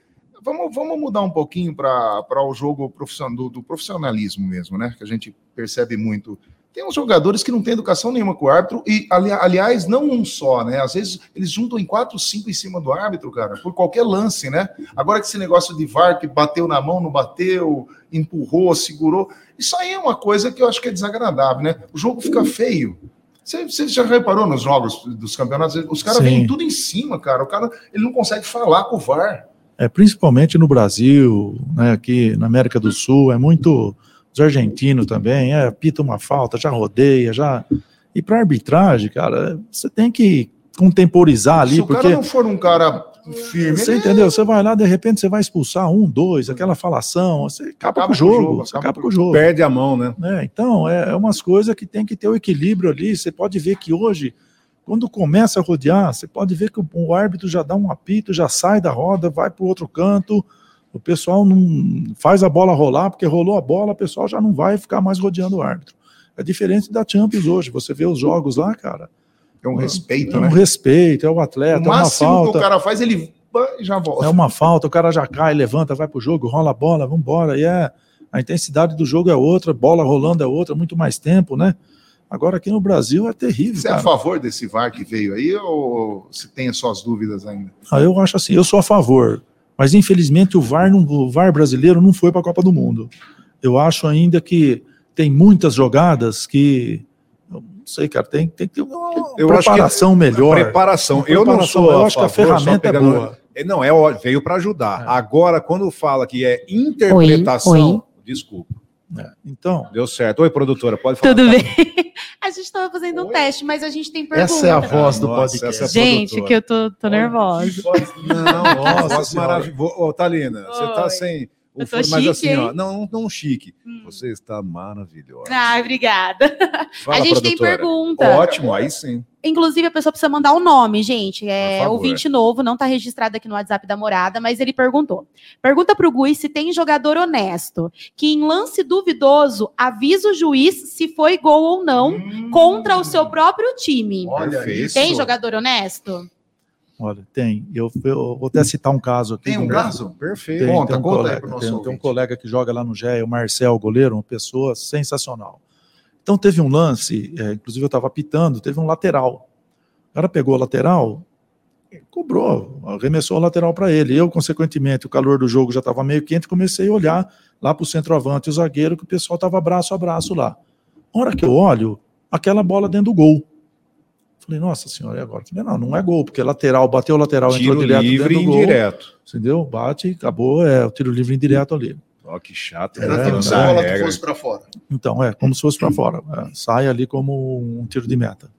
Speaker 4: Vamos, vamos mudar um pouquinho para o jogo profissional, do, do profissionalismo mesmo, né? Que a gente percebe muito. Tem uns jogadores que não têm educação nenhuma com o árbitro, e ali- aliás, não um só, né? Às vezes eles juntam em quatro, cinco em cima do árbitro, cara, por qualquer lance, né? Agora que esse negócio de VAR que bateu na mão, não bateu, empurrou, segurou. Isso aí é uma coisa que eu acho que é desagradável, né? O jogo fica feio. Você, você já reparou nos jogos dos campeonatos? Os caras
Speaker 6: Sim.
Speaker 4: vêm tudo em cima, cara. O cara ele não consegue falar com o VAR.
Speaker 6: É, principalmente no Brasil, né, aqui na América do Sul, é muito. Os argentinos também, é, pita uma falta, já rodeia, já. E para arbitragem, cara, você tem que contemporizar ali,
Speaker 4: Se o
Speaker 6: porque.
Speaker 4: cara não for um cara firme,
Speaker 6: Você
Speaker 4: ele-
Speaker 6: entendeu? Você vai lá, de repente você vai expulsar um, dois, aquela falação, você acaba, com o jogo, você acaba com o jogo.
Speaker 5: Perde a mão, né?
Speaker 6: né? Então, é, é umas coisas que tem que ter o equilíbrio ali. Você pode ver que hoje, quando começa a rodear, você pode ver que o, o árbitro já dá um apito, já sai da roda, vai para o outro canto. O pessoal não faz a bola rolar, porque rolou a bola, o pessoal já não vai ficar mais rodeando o árbitro. É diferente da Champions hoje. Você vê os jogos lá, cara.
Speaker 4: é um respeito,
Speaker 6: É um
Speaker 4: né?
Speaker 6: respeito, é o atleta,
Speaker 4: o
Speaker 6: é uma
Speaker 4: máximo
Speaker 6: falta.
Speaker 4: que o cara faz, ele pá, e já volta.
Speaker 6: É uma falta, o cara já cai, levanta, vai pro jogo, rola a bola, vambora. E é, a intensidade do jogo é outra, bola rolando é outra, muito mais tempo, né? Agora aqui no Brasil é terrível.
Speaker 4: Você é a
Speaker 6: cara.
Speaker 4: favor desse VAR que veio aí ou se tem as suas dúvidas ainda?
Speaker 6: Ah, eu acho assim, eu sou a favor. Mas infelizmente o VAR, não- o VAR brasileiro não foi para a Copa do Mundo. Eu acho ainda que tem muitas jogadas que. eu Não sei, cara, tem, tem que ter uma
Speaker 5: Eu acho que-
Speaker 6: preparação melhor.
Speaker 5: Preparação. Eu não
Speaker 6: Preparação,
Speaker 5: sou.
Speaker 6: eu acho que a
Speaker 5: favor, só
Speaker 6: ferramenta é
Speaker 5: pegando-
Speaker 6: boa. É.
Speaker 5: É, Não, é ó- veio para ajudar. Agora, quando fala que é interpretação.
Speaker 7: Oi, oi.
Speaker 5: Desculpa,
Speaker 6: né? Então,
Speaker 5: deu certo. Oi, produtora, pode falar.
Speaker 7: Tudo bem? *laughs* A gente estava fazendo um teste, mas a gente tem pergunta.
Speaker 5: voz é do podcast.
Speaker 7: Gente, que eu tô, tô nervosa.
Speaker 5: *laughs* Não, nossa,
Speaker 6: senhora.
Speaker 5: maravilhoso. Ô, Thalina, você tá
Speaker 7: Oi.
Speaker 5: sem. o
Speaker 7: Eu tô
Speaker 5: fone, mas
Speaker 7: chique,
Speaker 5: assim, ó,
Speaker 7: hein?
Speaker 5: não, não chique.
Speaker 7: Hum.
Speaker 5: Você está maravilhosa.
Speaker 7: Ah, obrigada.
Speaker 5: Fala,
Speaker 7: a gente tem
Speaker 5: produtora.
Speaker 7: pergunta.
Speaker 5: Ótimo, aí sim.
Speaker 7: Inclusive, a pessoa precisa mandar o nome, gente.
Speaker 5: Por
Speaker 7: É
Speaker 5: favor.
Speaker 7: ouvinte novo, não tá registrado aqui no WhatsApp da morada, mas ele perguntou. Pergunta pro Gui se tem jogador honesto, que em lance duvidoso avisa o juiz se foi gol ou não
Speaker 5: Hum.
Speaker 7: contra o seu próprio time.
Speaker 4: Hum, Olha
Speaker 5: Perfeito.
Speaker 4: isso.
Speaker 7: Tem jogador honesto?
Speaker 6: olha, tem. Eu, eu vou até citar um caso aqui.
Speaker 4: Tem
Speaker 7: é
Speaker 4: um
Speaker 6: do-
Speaker 4: caso?
Speaker 5: Perfeito.
Speaker 6: Tem,
Speaker 4: Conta,
Speaker 6: tem um
Speaker 4: conta aí
Speaker 6: colega,
Speaker 4: pro nosso
Speaker 6: tem, tem um
Speaker 4: ouvinte.
Speaker 6: colega que joga lá no GE, o Marcel, goleiro, uma pessoa sensacional. Então teve um lance, é, inclusive eu estava pitando, teve um lateral. O cara pegou o lateral, é, cobrou, arremessou o lateral para ele. Eu, consequentemente, o calor do jogo já estava meio quente, comecei a olhar lá para o centroavante, o zagueiro, que o pessoal estava braço a braço lá. A hora que eu olho, aquela bola dentro do gol. Falei, nossa senhora, e agora? Falei, não, não é gol, porque lateral, bateu o lateral,
Speaker 5: Tiro
Speaker 6: entrou direto
Speaker 5: livre
Speaker 6: dentro
Speaker 5: e
Speaker 6: do gol
Speaker 5: indireto.
Speaker 6: entendeu? Bate, acabou, é o tiro livre indireto ali.
Speaker 5: Ó, Ó, que chato.
Speaker 4: Era
Speaker 5: né?
Speaker 4: tipo
Speaker 5: Não
Speaker 4: se
Speaker 5: dá
Speaker 4: a bola
Speaker 5: regra.
Speaker 4: fosse pra fora.
Speaker 6: Então, é como se fosse para fora. É, sai ali como um tiro de meta.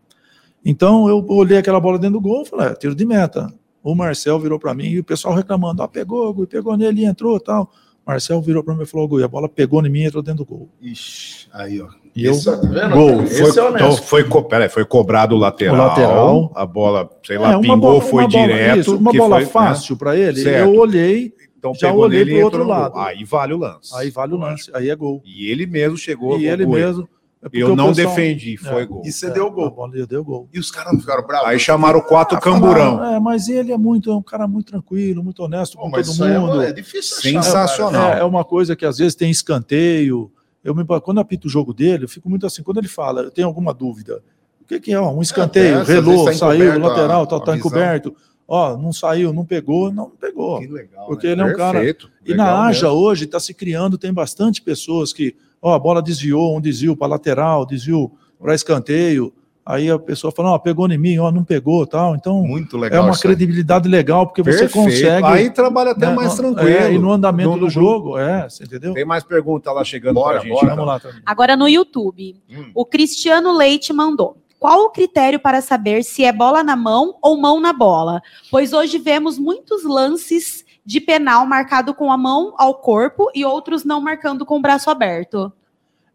Speaker 6: Então, eu olhei aquela bola dentro do gol e falei, é, tiro de meta. O Marcel virou para mim e o pessoal reclamando, ó, pegou, Gui, pegou nele, entrou tal. O Marcel virou para mim e falou, Gui, a bola pegou em mim e entrou dentro do gol.
Speaker 4: Ixi, aí, ó.
Speaker 6: E eu, É,
Speaker 4: Esse, tá vendo?
Speaker 6: gol.
Speaker 4: Esse
Speaker 5: Foi,
Speaker 4: é honesto.
Speaker 5: então foi, co- pera aí, foi cobrado o lateral,
Speaker 6: O lateral.
Speaker 5: A bola, sei
Speaker 6: É,
Speaker 5: lá, pingou,
Speaker 6: bola-
Speaker 5: foi
Speaker 6: uma bola-
Speaker 5: direto.
Speaker 6: isso, uma
Speaker 5: que
Speaker 6: bola
Speaker 5: foi, né?
Speaker 6: fácil para ele,
Speaker 5: Certo.
Speaker 6: eu olhei,
Speaker 5: Então
Speaker 6: Já
Speaker 5: pegou
Speaker 6: olhei
Speaker 5: nele e
Speaker 6: pro
Speaker 5: entrou
Speaker 6: outro
Speaker 5: no gol.
Speaker 6: lado.
Speaker 5: Aí vale o lance.
Speaker 6: aí vale o lance, aí é gol.
Speaker 5: E ele mesmo chegou.
Speaker 6: E ele
Speaker 5: gol.
Speaker 6: mesmo... é porque
Speaker 5: Eu
Speaker 6: o
Speaker 5: não
Speaker 6: pessoal-
Speaker 5: defendi, foi
Speaker 6: É.
Speaker 5: gol.
Speaker 4: E você deu o
Speaker 6: A
Speaker 4: gol.
Speaker 6: bola, eu dei o gol.
Speaker 4: E os caras não ficaram bravos.
Speaker 5: Aí chamaram quatro
Speaker 6: Ah,
Speaker 5: camburão.
Speaker 6: falaram, É, mas ele é muito, é um cara muito tranquilo, muito honesto
Speaker 4: Pô,
Speaker 6: com
Speaker 4: mas
Speaker 6: todo
Speaker 4: isso aí
Speaker 6: mundo.
Speaker 4: é, é difícil achar,
Speaker 5: Sensacional.
Speaker 4: cara.
Speaker 6: É, é uma coisa que às vezes tem escanteio. Eu me, quando eu apito o jogo dele, eu fico muito assim. Quando ele fala, eu tenho alguma dúvida. O que, que é? Um escanteio,
Speaker 4: É, às vezes
Speaker 6: relou,
Speaker 4: tá
Speaker 6: saiu,
Speaker 4: encoberto
Speaker 6: lateral,
Speaker 4: a-
Speaker 6: tal,
Speaker 4: a
Speaker 6: tá
Speaker 4: visão.
Speaker 6: encoberto. Ó, não saiu, não pegou, não pegou.
Speaker 4: Que legal,
Speaker 6: Porque
Speaker 4: né?
Speaker 6: ele é um cara.
Speaker 5: Perfeito,
Speaker 6: E
Speaker 5: legal
Speaker 6: na
Speaker 5: mesmo.
Speaker 6: Aja hoje está se criando, tem bastante pessoas que, ó, a bola desviou, um desvio para lateral, desvio para escanteio. Aí a pessoa fala, ó, pegou em mim, ó, não pegou, tal. Então,
Speaker 4: Muito
Speaker 6: é
Speaker 4: legal.
Speaker 6: uma
Speaker 4: isso aí.
Speaker 6: credibilidade legal, porque você
Speaker 5: Perfeito.
Speaker 6: consegue.
Speaker 5: Aí trabalha até
Speaker 6: né,
Speaker 5: mais
Speaker 6: no-
Speaker 5: tranquilo.
Speaker 6: é, e no andamento
Speaker 5: No-
Speaker 6: do
Speaker 5: no-
Speaker 6: jogo, é, você entendeu?
Speaker 5: Tem mais pergunta lá chegando
Speaker 4: Bora,
Speaker 5: pra gente.
Speaker 4: bora.
Speaker 5: então.
Speaker 6: Vamos lá também.
Speaker 7: Agora no YouTube,
Speaker 4: Hum.
Speaker 7: o Cristiano Leite mandou. Qual o critério para saber se é bola na mão ou mão na bola? Pois hoje vemos muitos lances de penal marcado com a mão ao corpo e outros não marcando com o braço aberto.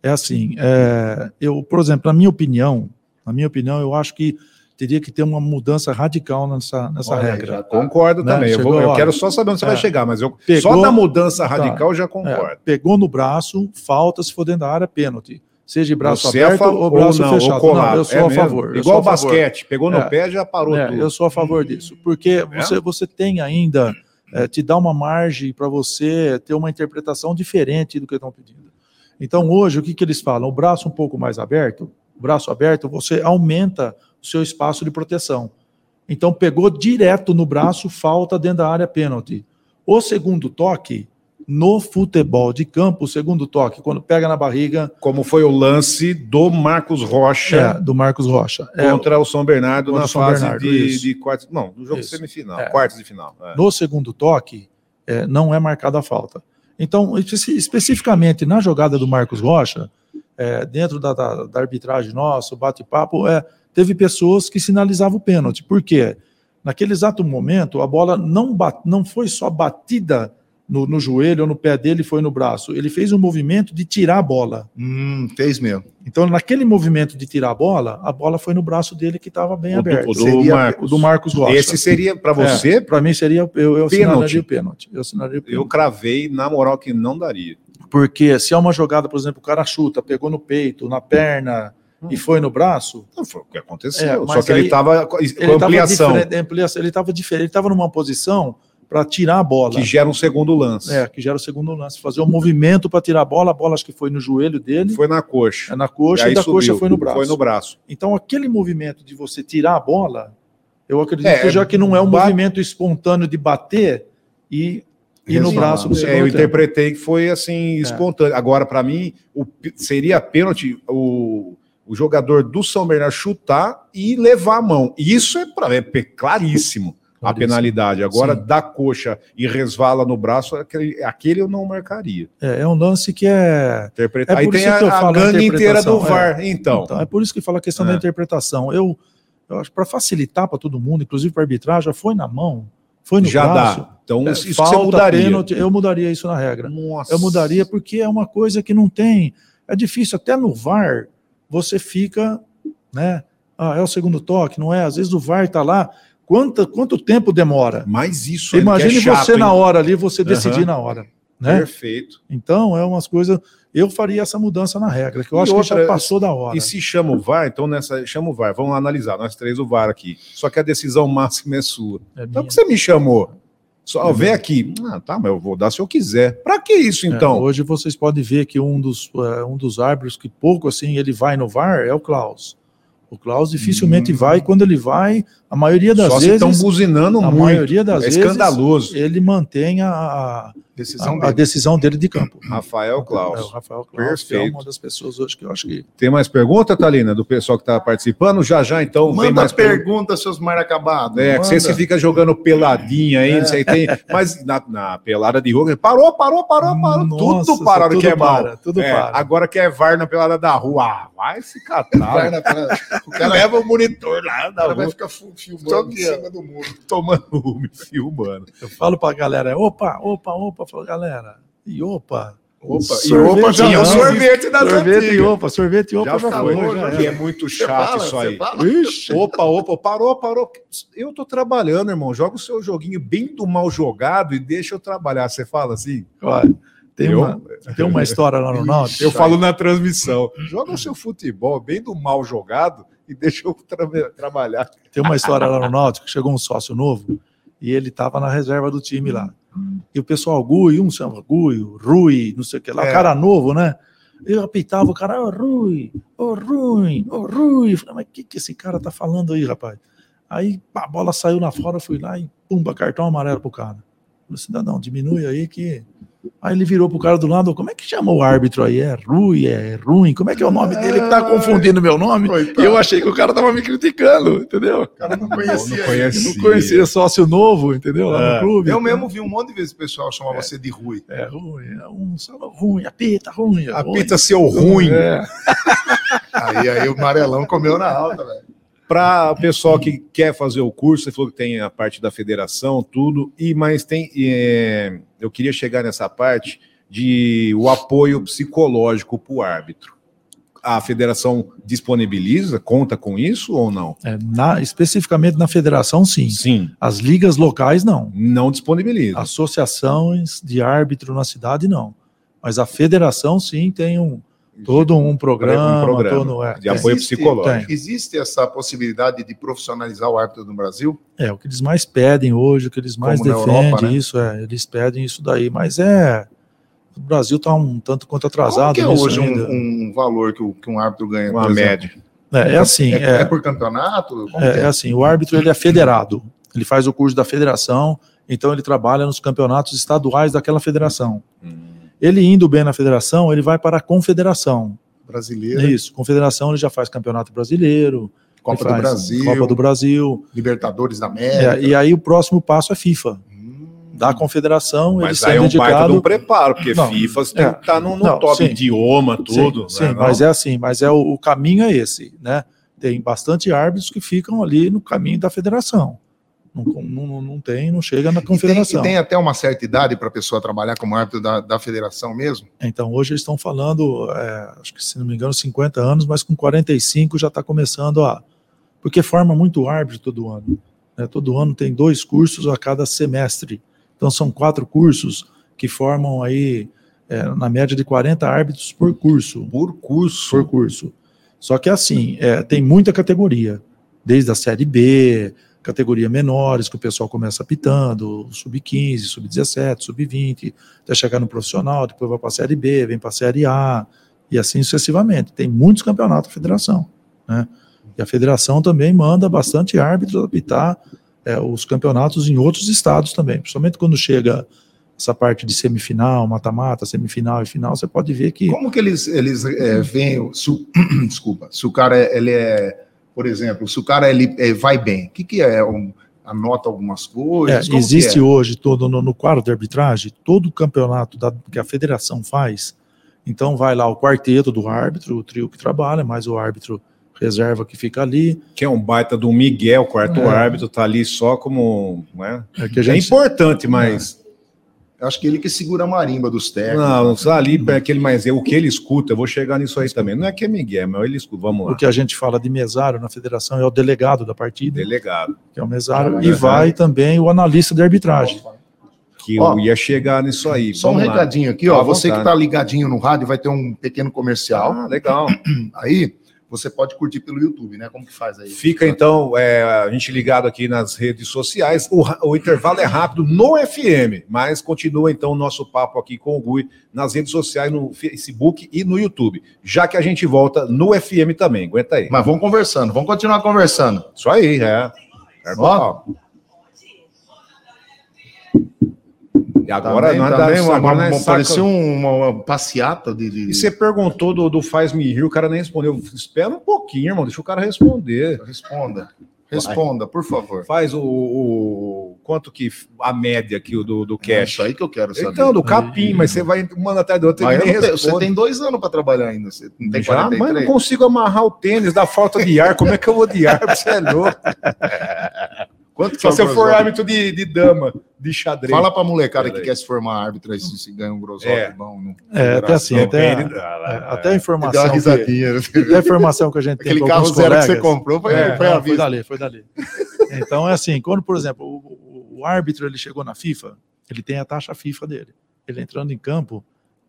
Speaker 6: É assim, é, eu, por exemplo, na minha opinião, na minha opinião, eu acho que teria que ter uma mudança radical nessa, nessa
Speaker 5: Olha aí,
Speaker 6: regra.
Speaker 4: tá.
Speaker 5: já Concordo
Speaker 6: Né,
Speaker 5: também. Eu,
Speaker 6: chegou
Speaker 5: vou-
Speaker 6: a
Speaker 5: eu
Speaker 6: hora.
Speaker 5: quero só saber onde você
Speaker 6: É.
Speaker 5: vai chegar, mas eu,
Speaker 6: Pegou-
Speaker 5: só da mudança radical eu já
Speaker 6: É,
Speaker 5: concordo.
Speaker 6: pegou no braço, falta, se for dentro da área, pênalti. Seja de braço
Speaker 5: Você é
Speaker 6: aberto
Speaker 5: a fa-
Speaker 6: ou braço
Speaker 5: não, ou
Speaker 6: fechado.
Speaker 5: colado.
Speaker 6: Não, eu sou
Speaker 5: É
Speaker 6: a
Speaker 5: mesmo.
Speaker 6: favor. eu sou
Speaker 5: Igual
Speaker 6: a favor.
Speaker 5: basquete, pegou no
Speaker 6: É.
Speaker 5: pé já parou
Speaker 6: É,
Speaker 5: tudo. Tá
Speaker 6: eu sou a favor disso, porque você, você tem ainda, é, te dá uma margem para você ter uma interpretação diferente do que estão pedindo. Então, hoje, o que, que eles falam? O braço um pouco mais aberto, o braço aberto, você aumenta o seu espaço de proteção. Então, pegou direto no braço, falta dentro da área pênalti. O segundo toque, no futebol de campo, o segundo toque, quando pega na barriga
Speaker 5: Como foi o lance do Marcos
Speaker 6: é,
Speaker 5: Rocha
Speaker 6: do Marcos Rocha. É,
Speaker 5: contra o São Bernardo
Speaker 6: Contra
Speaker 5: na
Speaker 6: o São
Speaker 5: fase
Speaker 6: Bernardo,
Speaker 5: de,
Speaker 6: isso.
Speaker 5: de quartos. Não, no jogo
Speaker 6: Isso.
Speaker 5: semifinal,
Speaker 6: É.
Speaker 5: quartos de final. é.
Speaker 6: no segundo toque, é, não é marcada a falta. Então, espe- especificamente na jogada do Marcos Rocha, é, dentro da, da- da arbitragem nossa, o bate-papo, é, teve pessoas que sinalizavam o pênalti. Por quê? Naquele exato momento, a bola não, ba- não foi só batida no, no joelho ou no pé dele, foi no braço. Ele fez um movimento de tirar a bola.
Speaker 4: Hum, fez mesmo.
Speaker 6: Então, naquele movimento de tirar a bola, a bola foi no braço dele que estava bem
Speaker 5: O do-
Speaker 6: aberto.
Speaker 5: o do
Speaker 6: Seria-
Speaker 5: Marcos.
Speaker 6: o do Marcos Rocha.
Speaker 5: Esse seria, para você,
Speaker 6: É, para mim seria eu, eu
Speaker 5: Pênalti.
Speaker 6: assinaria o pênalti. Eu assinaria o
Speaker 5: eu
Speaker 6: pênalti.
Speaker 5: cravei, na moral, que não daria.
Speaker 6: Porque se é uma jogada, por exemplo, o cara chuta, pegou no peito, na perna e foi no braço,
Speaker 5: Não foi o que aconteceu.
Speaker 6: É,
Speaker 5: Só
Speaker 6: mas
Speaker 5: que
Speaker 6: aí-
Speaker 5: ele estava com
Speaker 6: ele estava
Speaker 5: ampliação,
Speaker 6: diferente, ampliação, ele estava diferente, ele estava numa posição para tirar a bola.
Speaker 5: que gera um segundo lance.
Speaker 6: É, que gera o segundo lance, fazer um movimento para tirar a bola, a bola acho que foi no joelho dele,
Speaker 5: Foi na coxa.
Speaker 6: é na coxa, e,
Speaker 5: aí
Speaker 6: da
Speaker 5: subiu,
Speaker 6: coxa foi no braço.
Speaker 5: Foi no braço.
Speaker 6: Então aquele movimento de você tirar a bola, eu acredito
Speaker 5: É,
Speaker 6: que já que não é um
Speaker 5: ba-
Speaker 6: movimento espontâneo de bater e ir no
Speaker 5: Resumo.
Speaker 6: braço do
Speaker 5: É, eu
Speaker 6: segundo tempo.
Speaker 5: interpretei que foi assim,
Speaker 6: É.
Speaker 5: espontâneo. Agora, para mim, o p- seria pênalti o, o jogador do São Bernardo chutar e levar a mão. Isso é, pra, é pe- claríssimo. A penalidade. Agora,
Speaker 6: Sim.
Speaker 5: da coxa e resvala no braço, aquele, aquele eu não marcaria.
Speaker 6: É, é um lance que é
Speaker 5: Interpreta...
Speaker 6: É
Speaker 5: Aí
Speaker 6: por
Speaker 5: tem
Speaker 6: isso
Speaker 5: a,
Speaker 6: que eu
Speaker 5: a
Speaker 6: falo a
Speaker 5: gangue inteira do
Speaker 6: interpretação, é.
Speaker 5: VAR. Então,
Speaker 6: Então, é por isso que fala a questão
Speaker 5: É.
Speaker 6: da interpretação. Eu, eu acho para facilitar para todo mundo, inclusive para arbitragem, já foi na mão, foi no
Speaker 5: já
Speaker 6: braço.
Speaker 5: dá. Então,
Speaker 6: É,
Speaker 5: isso que você
Speaker 6: falta,
Speaker 5: mudaria.
Speaker 6: pênalti, eu mudaria isso na regra.
Speaker 5: Nossa.
Speaker 6: Eu mudaria porque é uma coisa que não tem. É difícil até no VAR você fica, né? Ah, é o segundo toque, não é? Às vezes o VAR está lá. Quanto, quanto tempo demora?
Speaker 5: Mas isso aí que
Speaker 6: Imagine
Speaker 5: é chato,
Speaker 6: você na
Speaker 5: hein?
Speaker 6: hora ali, você
Speaker 5: Aham.
Speaker 6: decidir na hora, né?
Speaker 5: Perfeito.
Speaker 6: Então é umas coisas. Eu faria essa mudança na regra, que eu
Speaker 5: E
Speaker 6: acho que
Speaker 5: outra-
Speaker 6: já passou da hora.
Speaker 5: E se chama o VAR, então nessa chama o VAR. Vamos analisar, nós três o VAR aqui. Só que a decisão máxima é sua.
Speaker 6: É
Speaker 5: Então
Speaker 6: minha.
Speaker 5: que você me chamou. Só ó, vem aqui. Ah, tá, mas eu vou dar se eu quiser. Pra que isso
Speaker 6: É,
Speaker 5: então?
Speaker 6: hoje vocês podem ver que um dos, é, um dos árbitros que pouco assim ele vai no VAR é o Klaus. O Klaus dificilmente vai, quando ele vai, a maioria das
Speaker 5: Hum. Só se estão
Speaker 6: vezes,
Speaker 5: buzinando
Speaker 6: a
Speaker 5: muito.
Speaker 6: maioria das
Speaker 5: é
Speaker 6: vezes,
Speaker 5: escandaloso.
Speaker 6: ele mantém a, a-
Speaker 5: Decisão
Speaker 6: a, a
Speaker 5: dele.
Speaker 6: decisão dele de campo.
Speaker 5: Rafael
Speaker 6: É, o
Speaker 5: Claus.
Speaker 6: Rafael Claus
Speaker 5: Perfeito.
Speaker 6: é uma das pessoas hoje que eu acho que
Speaker 5: Tem mais pergunta, Thalina, do pessoal que está participando? Já já, então, vem
Speaker 4: Manda
Speaker 5: mais perguntas.
Speaker 4: pergunta, seus mar acabados.
Speaker 5: É, que vocês que ficam jogando peladinha aí, não sei, tem.
Speaker 6: É.
Speaker 5: Mas na, na pelada de rua, parou, parou, parou, parou.
Speaker 6: Nossa,
Speaker 5: tudo parado
Speaker 6: tudo
Speaker 5: que é mal.
Speaker 6: para, tudo
Speaker 5: É,
Speaker 6: para.
Speaker 5: Agora que é VAR na pelada da rua. Ah, vai se
Speaker 4: Vai
Speaker 5: catar.
Speaker 4: na pra- *laughs* O cara leva o monitor lá, o cara vai ficar fu- filmando em cima do muro.
Speaker 5: Tomando o filmando.
Speaker 6: eu falo pra galera, opa, opa, opa, eu falo, galera, e opa.
Speaker 4: Opa, e
Speaker 6: Sorvete
Speaker 4: opa, já
Speaker 6: não.
Speaker 4: o sorvete das
Speaker 6: Sorvete e
Speaker 4: antigas.
Speaker 6: opa, sorvete e opa,
Speaker 5: Já
Speaker 6: já,
Speaker 5: foi,
Speaker 6: foi, já
Speaker 5: que
Speaker 6: era.
Speaker 5: é muito
Speaker 4: Você
Speaker 5: chato
Speaker 4: fala,
Speaker 5: isso
Speaker 4: você
Speaker 5: aí.
Speaker 4: fala.
Speaker 6: Ixi,
Speaker 5: Opa, opa, parou, parou. Eu tô trabalhando, irmão. Joga o seu joguinho bem do mal jogado e deixa eu trabalhar. Você fala assim?
Speaker 6: ó, tem,
Speaker 5: Eu?
Speaker 6: uma, tem uma história lá no Náutico.
Speaker 5: Eu falo na transmissão. Joga o seu futebol bem do mal jogado e deixa eu tra- trabalhar.
Speaker 6: Tem uma história lá no Náutico, que chegou um sócio novo e ele estava na reserva do time lá. E o pessoal, Gui, um chama Gui, Rui, não sei o que lá,
Speaker 5: É.
Speaker 6: cara novo, né? Eu apitava o cara, ô Rui, ô Rui, ô Rui. Eu Falei, mas o que, que esse cara tá falando aí, rapaz? Aí pá, a bola saiu lá fora, eu fui lá e pumba, cartão amarelo pro cara. Eu Falei, cidadão, diminui aí que. Aí ele virou pro cara do lado, como é que chama o árbitro aí? É Rui, é ruim, como é que é o nome dele que tá confundindo meu nome? E eu achei que o cara tava me criticando, entendeu?
Speaker 4: O cara não
Speaker 5: Eu
Speaker 4: conhecia.
Speaker 6: Não conhecia sócio novo, entendeu? Lá
Speaker 5: É.
Speaker 6: no clube.
Speaker 4: Eu mesmo vi um monte de vezes o pessoal chamar você de Rui.
Speaker 6: É ruim, é um solo ruim, apita ruim. é ruim.
Speaker 5: Apita seu ruim.
Speaker 6: É.
Speaker 4: Aí, aí o amarelão comeu na alta, velho.
Speaker 5: Para o pessoal que quer fazer o curso, você falou que tem a parte da federação, tudo, e mas tem. é, eu queria chegar nessa parte de o apoio psicológico para o árbitro. A federação disponibiliza, conta com isso ou não?
Speaker 6: É, na- especificamente na federação, sim. Ah,
Speaker 5: Sim.
Speaker 6: As ligas locais, não.
Speaker 5: Não disponibiliza.
Speaker 6: Associações de árbitro na cidade, não. Mas a federação, sim, tem um todo um programa.
Speaker 5: Um programa
Speaker 6: todo- é,
Speaker 5: de apoio
Speaker 4: Existe-
Speaker 5: psicológico.
Speaker 4: Existe essa possibilidade de profissionalizar o árbitro no Brasil?
Speaker 6: É, o que eles mais pedem hoje, o que eles mais
Speaker 4: Como na
Speaker 6: defendem,
Speaker 4: Europa, né?
Speaker 6: isso, é, eles pedem isso daí, mas é. O Brasil está um tanto quanto
Speaker 4: Como
Speaker 6: atrasado
Speaker 4: que é
Speaker 6: nisso
Speaker 4: hoje
Speaker 6: ainda.
Speaker 4: um, um valor que, o- que um árbitro ganha?
Speaker 5: Uma
Speaker 4: por exemplo?
Speaker 5: média.
Speaker 6: É, é assim,
Speaker 4: É,
Speaker 6: é,
Speaker 4: é por campeonato? Como que
Speaker 6: É, é assim, o árbitro ele é federado, ele faz o curso da federação, então ele trabalha nos campeonatos estaduais daquela federação.
Speaker 4: Hum.
Speaker 6: Ele indo bem na federação, ele vai para a confederação. É
Speaker 4: Brasileiro,
Speaker 6: Isso, confederação ele já faz campeonato brasileiro,
Speaker 4: Copa
Speaker 6: ele
Speaker 4: do
Speaker 6: faz
Speaker 4: Brasil, então.
Speaker 6: Copa do Brasil.
Speaker 4: Libertadores da
Speaker 6: É,
Speaker 4: América.
Speaker 6: e aí o próximo passo é FIFA.
Speaker 4: Hum.
Speaker 6: Da confederação ele
Speaker 5: Mas
Speaker 6: sai
Speaker 5: aí é um baita de
Speaker 6: dedicado.
Speaker 5: um preparo, porque
Speaker 6: Não.
Speaker 5: FIFA você tem
Speaker 6: É.
Speaker 5: que estar no, no
Speaker 6: Não,
Speaker 5: top
Speaker 6: sim.
Speaker 5: idioma, tudo.
Speaker 4: né?
Speaker 5: né?
Speaker 6: sim, sim mas é assim, mas é o, o caminho é esse, né? Tem bastante árbitros que ficam ali no caminho da federação. Não, não, não tem, não chega na
Speaker 4: E tem,
Speaker 6: confederação.
Speaker 4: e tem até uma certa idade para a pessoa trabalhar como árbitro da, da federação mesmo?
Speaker 6: Então, hoje eles estão falando, é, acho que se não me engano, 50 anos, mas com 45 já está começando a. Porque forma muito árbitro todo ano. né? Todo ano tem dois cursos a cada semestre. Então, são quatro cursos que formam aí, é, na média, de 40 árbitros por curso.
Speaker 5: Por curso.
Speaker 6: Por curso. Só que, assim, é, tem muita categoria, desde a Série B, categoria menores, que o pessoal começa pitando, sub-15, sub-17, sub-20, até chegar no profissional, depois vai para a Série B, vem para a Série A, e assim sucessivamente. Tem muitos campeonatos da federação. Né? E a federação também manda bastante árbitros apitar é, os campeonatos em outros estados também, principalmente quando chega essa parte de semifinal, mata-mata, semifinal e final, você pode ver que
Speaker 4: Como que eles, eles
Speaker 5: Uhum.
Speaker 4: é, veem, o- se, o- *clears throat* desculpa, se o cara é- ele é, por exemplo, se o cara ele é, vai bem, o que, que é? Um- anota algumas
Speaker 6: É,
Speaker 4: coisas? Como que
Speaker 6: existe
Speaker 4: é?
Speaker 6: hoje todo no, no quadro de arbitragem todo o campeonato da- que a federação faz. Então vai lá o quarteto do árbitro, o trio que trabalha, mais o árbitro reserva que fica ali.
Speaker 5: Que é um baita do Miguel, quarto
Speaker 6: É.
Speaker 5: árbitro, tá ali só como. Né?
Speaker 6: É, que a
Speaker 5: É
Speaker 6: gente- é.
Speaker 5: importante, mas.
Speaker 4: Eu Acho que ele que segura a marimba dos técnicos.
Speaker 5: Não, não precisa ali para aquele mais. O que ele escuta, eu vou chegar nisso aí também. Não é que é Miguel, mas ele escuta. Vamos lá.
Speaker 6: o que a gente fala de mesário na federação é o delegado da partida,
Speaker 5: Delegado.
Speaker 6: que é o
Speaker 4: Ah,
Speaker 6: mesário, e
Speaker 5: Delegado.
Speaker 6: vai também o analista de arbitragem.
Speaker 5: Que
Speaker 4: Ó,
Speaker 5: eu ia chegar nisso aí.
Speaker 4: Só um
Speaker 5: Vamos lá.
Speaker 4: recadinho aqui,
Speaker 5: Fica
Speaker 4: ó.
Speaker 5: à
Speaker 4: Você que
Speaker 5: vontade.
Speaker 4: está ligadinho no rádio vai ter um pequeno comercial.
Speaker 5: Ah, legal.
Speaker 4: Aí você pode curtir pelo YouTube, né? Como que faz aí?
Speaker 5: Fica então é, a gente ligado aqui nas redes sociais. O, ra- o intervalo é rápido no FM, mas continua então o nosso papo aqui com o Gui nas redes sociais, no Facebook e no YouTube. Já que a gente volta no FM também. Aguenta aí.
Speaker 4: Mas vamos conversando, vamos continuar conversando.
Speaker 5: Isso Tá aí, é.
Speaker 4: Ó,
Speaker 5: E agora nada,
Speaker 4: também,
Speaker 5: tá
Speaker 4: um
Speaker 5: agora
Speaker 4: uma-
Speaker 5: nós
Speaker 4: uma-
Speaker 5: saca-
Speaker 4: parecia uma, uma passeata de. de-
Speaker 5: E você perguntou do, do faz-me rir, o cara nem respondeu. Espera um pouquinho, irmão, deixa o cara responder.
Speaker 4: Responda. Responda, por favor.
Speaker 5: Faz o, o- quanto que a média aqui o do, do
Speaker 4: É
Speaker 5: cash.
Speaker 4: isso aí que eu quero saber.
Speaker 5: Então, do capim, mas você vai manda atrás do outro
Speaker 4: Mas
Speaker 5: e
Speaker 4: eu
Speaker 5: nem
Speaker 4: não tenho- você
Speaker 5: responde.
Speaker 4: tem dois anos para trabalhar ainda. Você não tem
Speaker 5: Já, mas não
Speaker 4: 43?
Speaker 5: consigo amarrar o tênis da falta de ar. Como é que eu vou de ar? *laughs* Você é louco.
Speaker 4: Quanto que
Speaker 5: Só
Speaker 4: é o
Speaker 5: se eu for
Speaker 4: Grosotti?
Speaker 5: árbitro de, de dama, de xadrez.
Speaker 4: Fala pra molecada que
Speaker 5: Peraí.
Speaker 4: quer se formar árbitro aí, se se ganha um grosso
Speaker 5: É.
Speaker 4: bom. Não.
Speaker 6: É, até assim,
Speaker 4: né?
Speaker 6: até,
Speaker 4: Ah,
Speaker 5: Depende
Speaker 6: é,
Speaker 5: da-
Speaker 6: até a
Speaker 4: Ele deu
Speaker 6: informação.
Speaker 4: uma
Speaker 6: Que,
Speaker 4: risadinha. né?
Speaker 6: até a informação que a gente tem
Speaker 4: Aquele
Speaker 6: com
Speaker 4: carro
Speaker 6: alguns
Speaker 4: zero que você
Speaker 6: colegas-
Speaker 4: comprou foi,
Speaker 5: É,
Speaker 4: foi
Speaker 6: Não,
Speaker 4: a
Speaker 6: foi
Speaker 4: vida.
Speaker 6: dali, foi dali. Então é assim, quando, por exemplo, o, o- o árbitro ele chegou na FIFA, ele tem a taxa FIFA dele. Ele entrando em campo,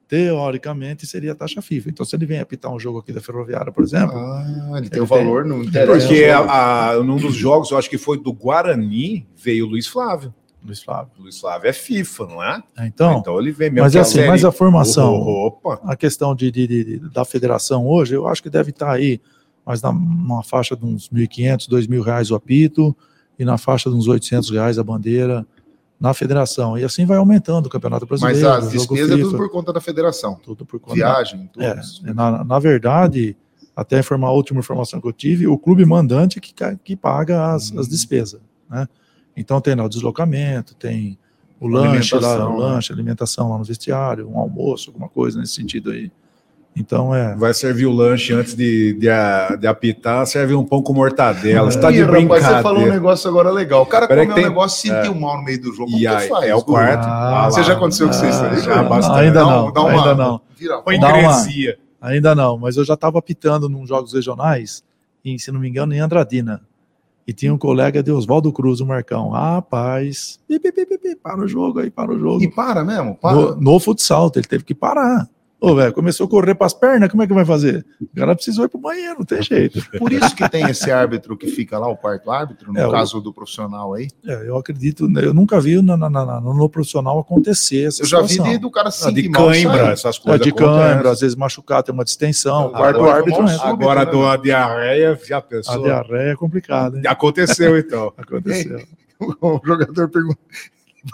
Speaker 6: teoricamente seria a taxa FIFA. Então se ele vem apitar um jogo aqui da Ferroviária, por exemplo,
Speaker 4: Ah, ele tem
Speaker 6: Ele
Speaker 4: o valor, não interessa.
Speaker 5: Porque é a, a- num dos jogos, eu acho que foi do Guarani, veio o Luiz Flávio.
Speaker 6: Luiz Flávio.
Speaker 5: O Luiz Flávio é FIFA, não é?
Speaker 6: Então,
Speaker 5: então ele vem mesmo.
Speaker 6: mas
Speaker 5: que
Speaker 6: é
Speaker 5: a
Speaker 6: assim,
Speaker 5: série-
Speaker 6: mas a formação,
Speaker 5: Opa,
Speaker 6: a questão de, de- de- da federação hoje, eu acho que deve estar aí, mas na, numa faixa de uns 1.500, 2.000 reais o apito e na faixa de uns 800 reais a bandeira na federação. E assim vai aumentando o Campeonato Brasileiro.
Speaker 4: Mas as
Speaker 6: o jogo
Speaker 4: despesas é tudo
Speaker 6: FIFA,
Speaker 4: por conta da federação.
Speaker 6: tudo por conta.
Speaker 4: Viagem, tudo.
Speaker 6: É, na, na verdade, até informar a última informação que eu tive, o clube mandante é que, ca- que paga as, as despesas, né? Então tem lá o deslocamento, tem o lanche lá,
Speaker 4: Alimentação,
Speaker 6: o
Speaker 4: né?
Speaker 6: lanche, alimentação lá no vestiário, um almoço, alguma coisa nesse sentido aí. Então é,
Speaker 5: vai servir o lanche antes de, de, a- de apitar, serve um pão com mortadela. Você tá de
Speaker 4: Ih, rapaz,
Speaker 5: brincadeira.
Speaker 4: você falou um negócio agora legal. O cara
Speaker 5: Peraí
Speaker 4: comeu
Speaker 5: que
Speaker 4: um
Speaker 5: tem- É.
Speaker 4: negócio e sentiu mal no meio do jogo.
Speaker 5: E
Speaker 4: Como que
Speaker 5: aí,
Speaker 4: faz?
Speaker 5: é o quarto.
Speaker 6: Ah,
Speaker 4: Você já aconteceu com vocês?
Speaker 6: Ah,
Speaker 4: né?
Speaker 5: já, bastante.
Speaker 6: ainda
Speaker 4: Dá um-
Speaker 6: não,
Speaker 4: dá uma-
Speaker 6: ainda não,
Speaker 4: Vira a
Speaker 5: Põe
Speaker 6: Dá uma-
Speaker 5: ingresia.
Speaker 6: ainda não, mas eu já estava apitando nos jogos regionais, em, se não me engano, em Andradina. E tinha um colega de Oswaldo Cruz, o Marcão. Rapaz, pi, pi, pi, pi, pi, para o jogo aí, para o jogo.
Speaker 4: E para mesmo? Para.
Speaker 6: No, no futsal, ele teve que parar. Ô, velho, começou a correr para as pernas, como é que vai fazer? O cara precisou ir pro banheiro, não tem jeito.
Speaker 4: Por isso que tem esse árbitro que fica lá, o quarto árbitro, no
Speaker 6: É, o-
Speaker 4: caso do profissional aí.
Speaker 6: É, eu acredito, né, eu nunca vi na- na- na- na- no profissional acontecer essa
Speaker 4: Eu já vi
Speaker 6: situação.
Speaker 4: de, do cara
Speaker 5: Ah,
Speaker 4: sentir
Speaker 5: de
Speaker 4: mal. sair. *laughs*
Speaker 5: cãibra, essas
Speaker 6: É,
Speaker 5: coisas.
Speaker 6: de
Speaker 5: acontecem.
Speaker 6: câmera, às vezes machucar, tem uma distensão, o
Speaker 4: Ah,
Speaker 6: quarto
Speaker 4: agora
Speaker 6: árbitro
Speaker 4: vamos-
Speaker 6: entra.
Speaker 5: Agora do, a diarreia, já pensou?
Speaker 6: A diarreia é complicada, hein?
Speaker 5: Aconteceu então.
Speaker 6: Aconteceu.
Speaker 4: O jogador pergunta.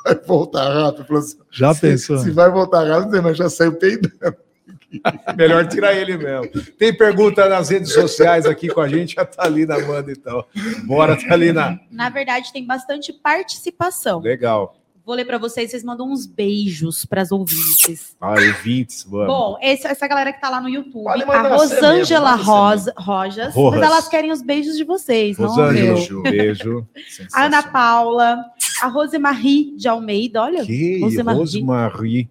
Speaker 4: Vai voltar rápido. Falou assim,
Speaker 5: Tá
Speaker 6: Já
Speaker 4: se-
Speaker 6: pensou? né?
Speaker 4: Se vai voltar rápido, mas já saiu peidando.
Speaker 5: Melhor tirar ele mesmo. Tem pergunta nas redes sociais aqui com a gente, já tá ali na banda então. Bora, Thalina.
Speaker 4: Hum.
Speaker 7: Na verdade, tem bastante participação.
Speaker 5: Legal.
Speaker 7: Vou ler pra vocês, vocês mandam uns beijos pras ouvintes.
Speaker 5: Ah, ouvintes, vamos.
Speaker 7: Bom, esse- essa galera que tá lá no YouTube,
Speaker 4: Pode
Speaker 7: a
Speaker 4: mandar,
Speaker 7: Rosângela
Speaker 4: você mesmo, manda você
Speaker 7: Rosa, Rojas,
Speaker 5: Rojas.
Speaker 7: mas elas querem os beijos de vocês,
Speaker 5: Rosângela,
Speaker 7: não o meu.
Speaker 5: um beijo.
Speaker 7: A então, *laughs* Ana Paula, a Rosemarie de Almeida, olha,
Speaker 5: Que
Speaker 7: Rosemarie.
Speaker 5: Rosemarie.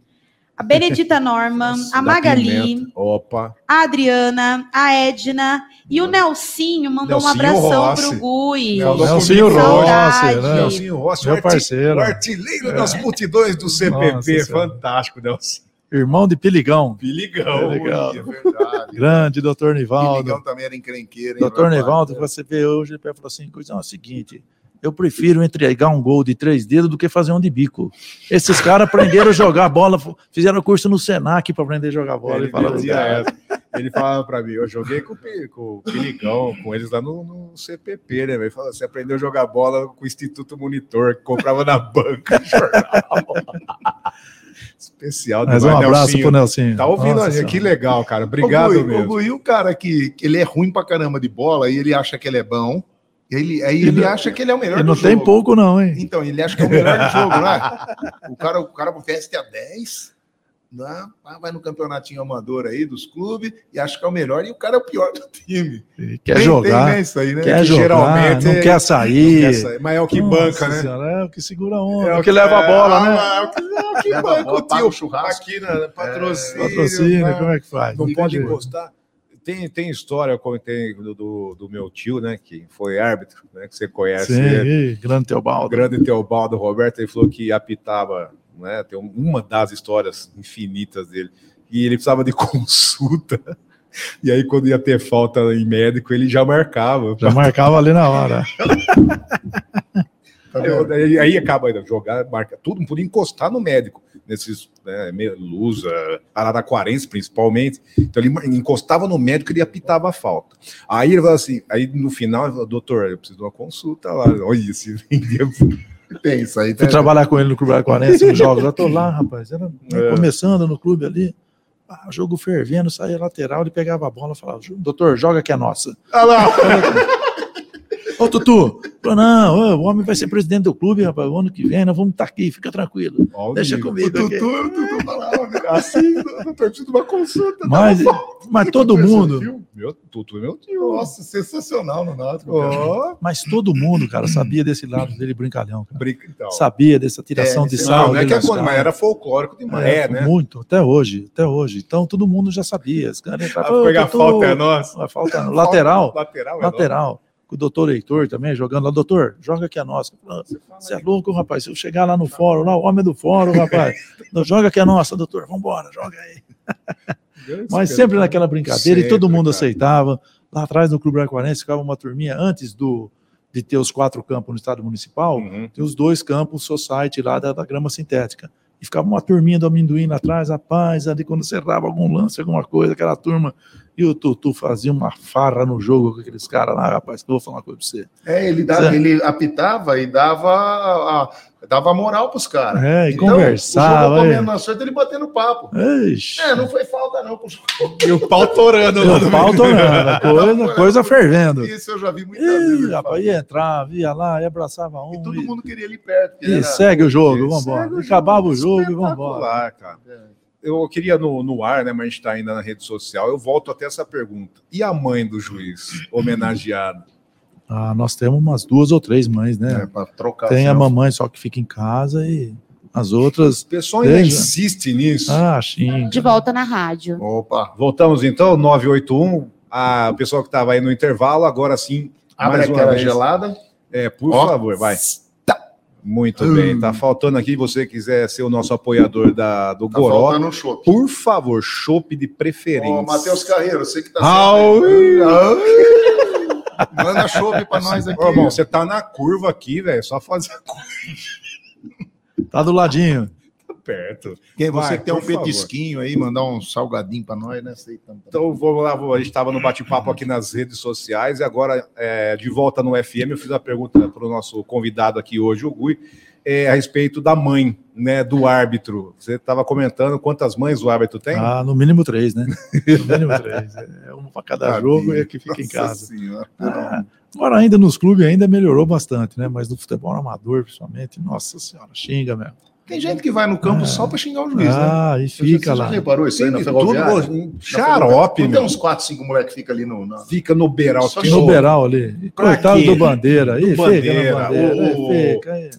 Speaker 7: a
Speaker 5: *laughs*
Speaker 7: Benedita Norman,
Speaker 5: da
Speaker 7: Ah, a Magali,
Speaker 5: Pimenta. Opa.
Speaker 7: a Adriana, a Edna e o Nelsinho mandou um
Speaker 5: Hum. Nelsinho
Speaker 7: abração
Speaker 5: Rossi.
Speaker 7: pro Gui.
Speaker 5: Nelson
Speaker 6: Nelsinho
Speaker 7: comigo,
Speaker 6: Rossi,
Speaker 7: saudade.
Speaker 6: né?
Speaker 5: Nelsinho Rossi,
Speaker 6: Meu
Speaker 5: o arti-
Speaker 6: parceiro. É.
Speaker 5: o artilheiro das multidões do CPP.
Speaker 6: Nossa Senhora.
Speaker 5: Fantástico, Nelson.
Speaker 6: Irmão de Piligão,
Speaker 5: Piligão. é
Speaker 6: Legal.
Speaker 5: bonito.
Speaker 4: Verdade.
Speaker 6: grande doutor
Speaker 4: O
Speaker 6: Nivaldo.
Speaker 4: Ligão também era encrenqueiro. hein,
Speaker 6: Doutor
Speaker 4: rapaz?
Speaker 6: Nevaldo, você vê hoje, ele falou assim, coisa é o seguinte, eu prefiro entregar um gol de três dedos do que fazer um de bico. Esses caras aprenderam a jogar bola, fizeram curso no Senac para aprender a jogar bola.
Speaker 5: Ele,
Speaker 6: Ele falava,
Speaker 5: dizia "É,
Speaker 6: "Cara,
Speaker 5: essa. Ele falava pra mim, eu joguei com, o Pi- com o Piligão, com eles lá no, no CPP, né? velho? Ele falou, você aprendeu a jogar bola com o Instituto Monitor, que comprava na banca de jornal. *laughs* Especial.
Speaker 6: Mas um
Speaker 5: demais,
Speaker 6: abraço
Speaker 5: Nelsinho.
Speaker 6: pro Nelsinho.
Speaker 5: Tá ouvindo
Speaker 6: Nossa
Speaker 5: a gente? Que
Speaker 6: Senhora.
Speaker 5: legal, cara.
Speaker 4: Ô,
Speaker 5: Obrigado
Speaker 4: Gui,
Speaker 5: mesmo.
Speaker 4: ô, Gui, e o cara que, que ele é ruim pra caramba de bola e ele acha que ele é bom, ele, aí
Speaker 6: Ele
Speaker 4: ele
Speaker 6: não-
Speaker 4: acha que ele é o melhor
Speaker 6: E
Speaker 4: do
Speaker 6: não
Speaker 4: jogo.
Speaker 6: tem pouco não, hein?
Speaker 4: Então, ele acha que é o melhor do jogo, né? O cara, o cara veste a 10, né? Vai- vai no campeonatinho amador aí dos clubes e acha que é o melhor e o cara é o pior do time.
Speaker 6: Ele quer
Speaker 4: Tem-
Speaker 6: É jogar,
Speaker 4: Tem, né, isso aí, né?
Speaker 6: quer jogar,
Speaker 5: geralmente é
Speaker 6: não
Speaker 5: ele-
Speaker 6: quer sair.
Speaker 5: Essa- mas é o que
Speaker 6: Nossa
Speaker 5: banca, né?
Speaker 6: Senhora, É o que segura a onda,
Speaker 5: É
Speaker 6: é o que leva a bola, né?
Speaker 5: É o que, é o que
Speaker 4: Leva a
Speaker 5: banca
Speaker 4: bola,
Speaker 5: o
Speaker 4: paga o
Speaker 5: tio.
Speaker 4: churrasco.
Speaker 5: Aqui na patrocínio.
Speaker 6: Patrocina,
Speaker 5: né?
Speaker 6: como é que faz?
Speaker 5: Não
Speaker 6: Tem
Speaker 5: pode
Speaker 6: jeito.
Speaker 5: encostar. Tem, tem história, eu comentei do, do, do meu tio, né? Que foi árbitro, né? Que você conhece.
Speaker 6: Sim,
Speaker 5: né?
Speaker 6: ih,
Speaker 5: O
Speaker 6: grande Teobaldo.
Speaker 5: grande Teobaldo Roberto, ele falou que apitava, né? Tem um- uma das histórias infinitas dele. E ele precisava de *laughs* consulta. E aí, quando ia ter falta em médico, ele já marcava.
Speaker 6: Já marcava ali na hora.
Speaker 4: Tá
Speaker 5: Aí,
Speaker 4: vendo?
Speaker 5: É, aí- aí acaba ainda, jogar, marca tudo, não podia encostar no médico, nesses né, Melusa, Araraquarense principalmente. Então ele mar- encostava no médico e ele apitava a falta. Aí ele falou assim, aí no final, ele falou, doutor, eu preciso de uma consulta lá. Olha, esse *laughs* vendia
Speaker 4: Tem isso aí.
Speaker 6: Fui
Speaker 4: tá?
Speaker 6: trabalhar com ele no Clube Araquarense, nos jogos. Eu tô lá, rapaz. Era começando no clube ali. Ah, jogo fervendo, saía lateral, ele pegava a bola e falava, doutor, joga que é nossa.
Speaker 4: Olha lá.
Speaker 6: Ô, Tutu, falou, não, ô, o homem vai ser presidente do clube, rapaz, o ano que vem, nós vamos estar aqui, fica tranquilo.
Speaker 5: Ó, o
Speaker 6: Deixa
Speaker 5: Diego.
Speaker 4: O
Speaker 6: comigo. aqui."
Speaker 4: Tutu, o Tutu falava, né? assim, doutor, preciso de uma consulta.
Speaker 5: tá
Speaker 6: Mas, mas todo mundo,
Speaker 5: Meu tutu, meu tio.
Speaker 4: Nossa, sensacional no Náutico. cara.
Speaker 5: Ó,
Speaker 6: mas todo mundo, cara, sabia desse lado dele brincalhão, cara.
Speaker 5: brinca então.
Speaker 6: Sabia dessa tiração
Speaker 4: É,
Speaker 6: de
Speaker 4: não,
Speaker 6: sarro.
Speaker 5: não é
Speaker 6: dele
Speaker 5: que
Speaker 6: nos
Speaker 5: agora, mas
Speaker 6: caras.
Speaker 5: era folclórico demais. né?
Speaker 6: É, Muito, até hoje, até hoje. Então todo mundo já sabia. Os caras entravam,
Speaker 5: A
Speaker 6: "Ô,
Speaker 5: pegar
Speaker 6: Tutu,
Speaker 5: falta é nossa.
Speaker 6: a falta
Speaker 5: *laughs*
Speaker 6: no lateral,
Speaker 5: Lateral é
Speaker 6: lateral. Com o doutor Heitor também jogando lá, doutor, joga aqui a nossa. Eu falei, "Ah, Você é louco, rapaz. Se eu chegar lá no fórum, lá, o homem é do fórum, rapaz, "Não, joga aqui a nossa, doutor, vambora, joga aí.
Speaker 5: nossa.
Speaker 6: Mas sempre naquela brincadeira e todo
Speaker 5: Sempre,
Speaker 6: mundo
Speaker 5: tá cara.
Speaker 6: aceitava. Lá atrás no Clube Araquarense ficava uma turminha antes do de ter os quatro campos no estado municipal,
Speaker 5: Uhum.
Speaker 6: tem os dois campos society lá da, da grama sintética. E ficava uma turminha do amendoim lá atrás, rapaz, ali quando cerrava algum lance, alguma coisa, aquela turma. E o Tutu fazia uma farra no jogo com aqueles caras lá, rapaz, que eu vou falar uma coisa pra você.
Speaker 4: É, ele, dava,
Speaker 6: Zé.
Speaker 4: ele apitava e dava, a- dava moral pros caras.
Speaker 6: É, e
Speaker 4: Então, O
Speaker 6: conversava.
Speaker 4: jogo
Speaker 6: é.
Speaker 4: comendo na sorte, ele batendo papo.
Speaker 6: Ixi,
Speaker 4: É, não foi falta, não. pro jogo.
Speaker 5: E o pau
Speaker 6: *laughs*
Speaker 5: torando lá
Speaker 6: o
Speaker 5: do
Speaker 6: pau torando, a coisa,
Speaker 4: *laughs* Não,
Speaker 6: a coisa fervendo.
Speaker 4: Isso eu já vi muitas
Speaker 6: Ih,
Speaker 4: vezes.
Speaker 6: rapaz, ia entrar, ia lá, ia abraçava um.
Speaker 4: tá E todo
Speaker 6: e-
Speaker 4: mundo queria ele perto. que
Speaker 6: E
Speaker 4: era-
Speaker 6: segue o jogo,
Speaker 4: Segue
Speaker 6: vambora.
Speaker 4: o jogo,
Speaker 6: Acabava o jogo e vambora.
Speaker 5: Espetacular, cara. Eu queria no, no ar, né? Mas a gente tá ainda na rede social. Eu volto até essa pergunta. E a mãe do juiz homenageada?
Speaker 6: Ah, nós temos umas duas ou três mães,
Speaker 4: É,
Speaker 6: né?
Speaker 4: pra trocar.
Speaker 6: Tem a
Speaker 4: assim,
Speaker 6: mamãe só que fica em casa e as outras.
Speaker 5: O pessoal ainda
Speaker 6: Veja.
Speaker 5: insiste nisso.
Speaker 6: Ah, sim.
Speaker 7: De volta na rádio.
Speaker 4: ó. Opa,
Speaker 5: Voltamos então, 981. A o pessoal que estava aí no intervalo, agora sim.
Speaker 4: abre
Speaker 5: Mais uma
Speaker 4: aquela
Speaker 5: vez.
Speaker 4: gelada.
Speaker 5: É, por
Speaker 4: Ó. tá
Speaker 5: favor, vai. Muito bem, tá faltando aqui. Você quiser ser o nosso apoiador da, do
Speaker 4: Tá
Speaker 5: Goró,
Speaker 4: faltando um chope.
Speaker 5: por favor, chope de preferência.
Speaker 4: Ô, Matheus Carreiro, você que tá
Speaker 5: Au!
Speaker 4: sempre- Au! Manda chope pra nós aqui.
Speaker 5: Ô, irmão, você tá na curva aqui, velho. Só fazer *laughs* a curva
Speaker 6: Tá do ladinho.
Speaker 5: perto.
Speaker 4: Quem
Speaker 5: Vai,
Speaker 4: você que tem um
Speaker 5: por favor.
Speaker 4: petisquinho aí, mandar um salgadinho pra nós, né? Aceitamos.
Speaker 5: Então vamos lá, vou- a gente estava no bate-papo aqui nas redes sociais e agora é, de volta no FM, eu fiz a pergunta para o nosso convidado aqui hoje, o Gui, é, a respeito da mãe, né, do árbitro. Você estava comentando quantas mães o árbitro tem?
Speaker 6: Ah, no mínimo três, né?
Speaker 4: *laughs*
Speaker 6: No mínimo três. É uma pra cada jogo e a que fica em
Speaker 4: Nossa
Speaker 6: casa.
Speaker 4: Senhora.
Speaker 6: Ah, Agora ainda nos clubes ainda melhorou bastante, né? Mas no futebol amador, principalmente, nossa senhora, xinga mesmo.
Speaker 4: Tem gente que vai no campo só pra xingar o juiz, né?
Speaker 6: Ah, e
Speaker 4: Você
Speaker 6: fica
Speaker 4: já
Speaker 6: lá.
Speaker 4: reparou isso aí na
Speaker 5: Tem
Speaker 4: ferroviária?
Speaker 5: tudo, um
Speaker 4: Na ferroviária.
Speaker 5: xarope,
Speaker 4: Não tem
Speaker 5: meu.
Speaker 4: uns 4, 5 moleques que fica ali no... na-
Speaker 5: Fica no beiral.
Speaker 4: Só
Speaker 5: que
Speaker 6: No Beral ali.
Speaker 5: Pra
Speaker 6: Coitado
Speaker 5: quê?
Speaker 6: do Bandeira. Ih,
Speaker 5: Do
Speaker 6: fica
Speaker 5: Bandeira,
Speaker 6: na bandeira.
Speaker 5: o-
Speaker 6: ih, fica aí.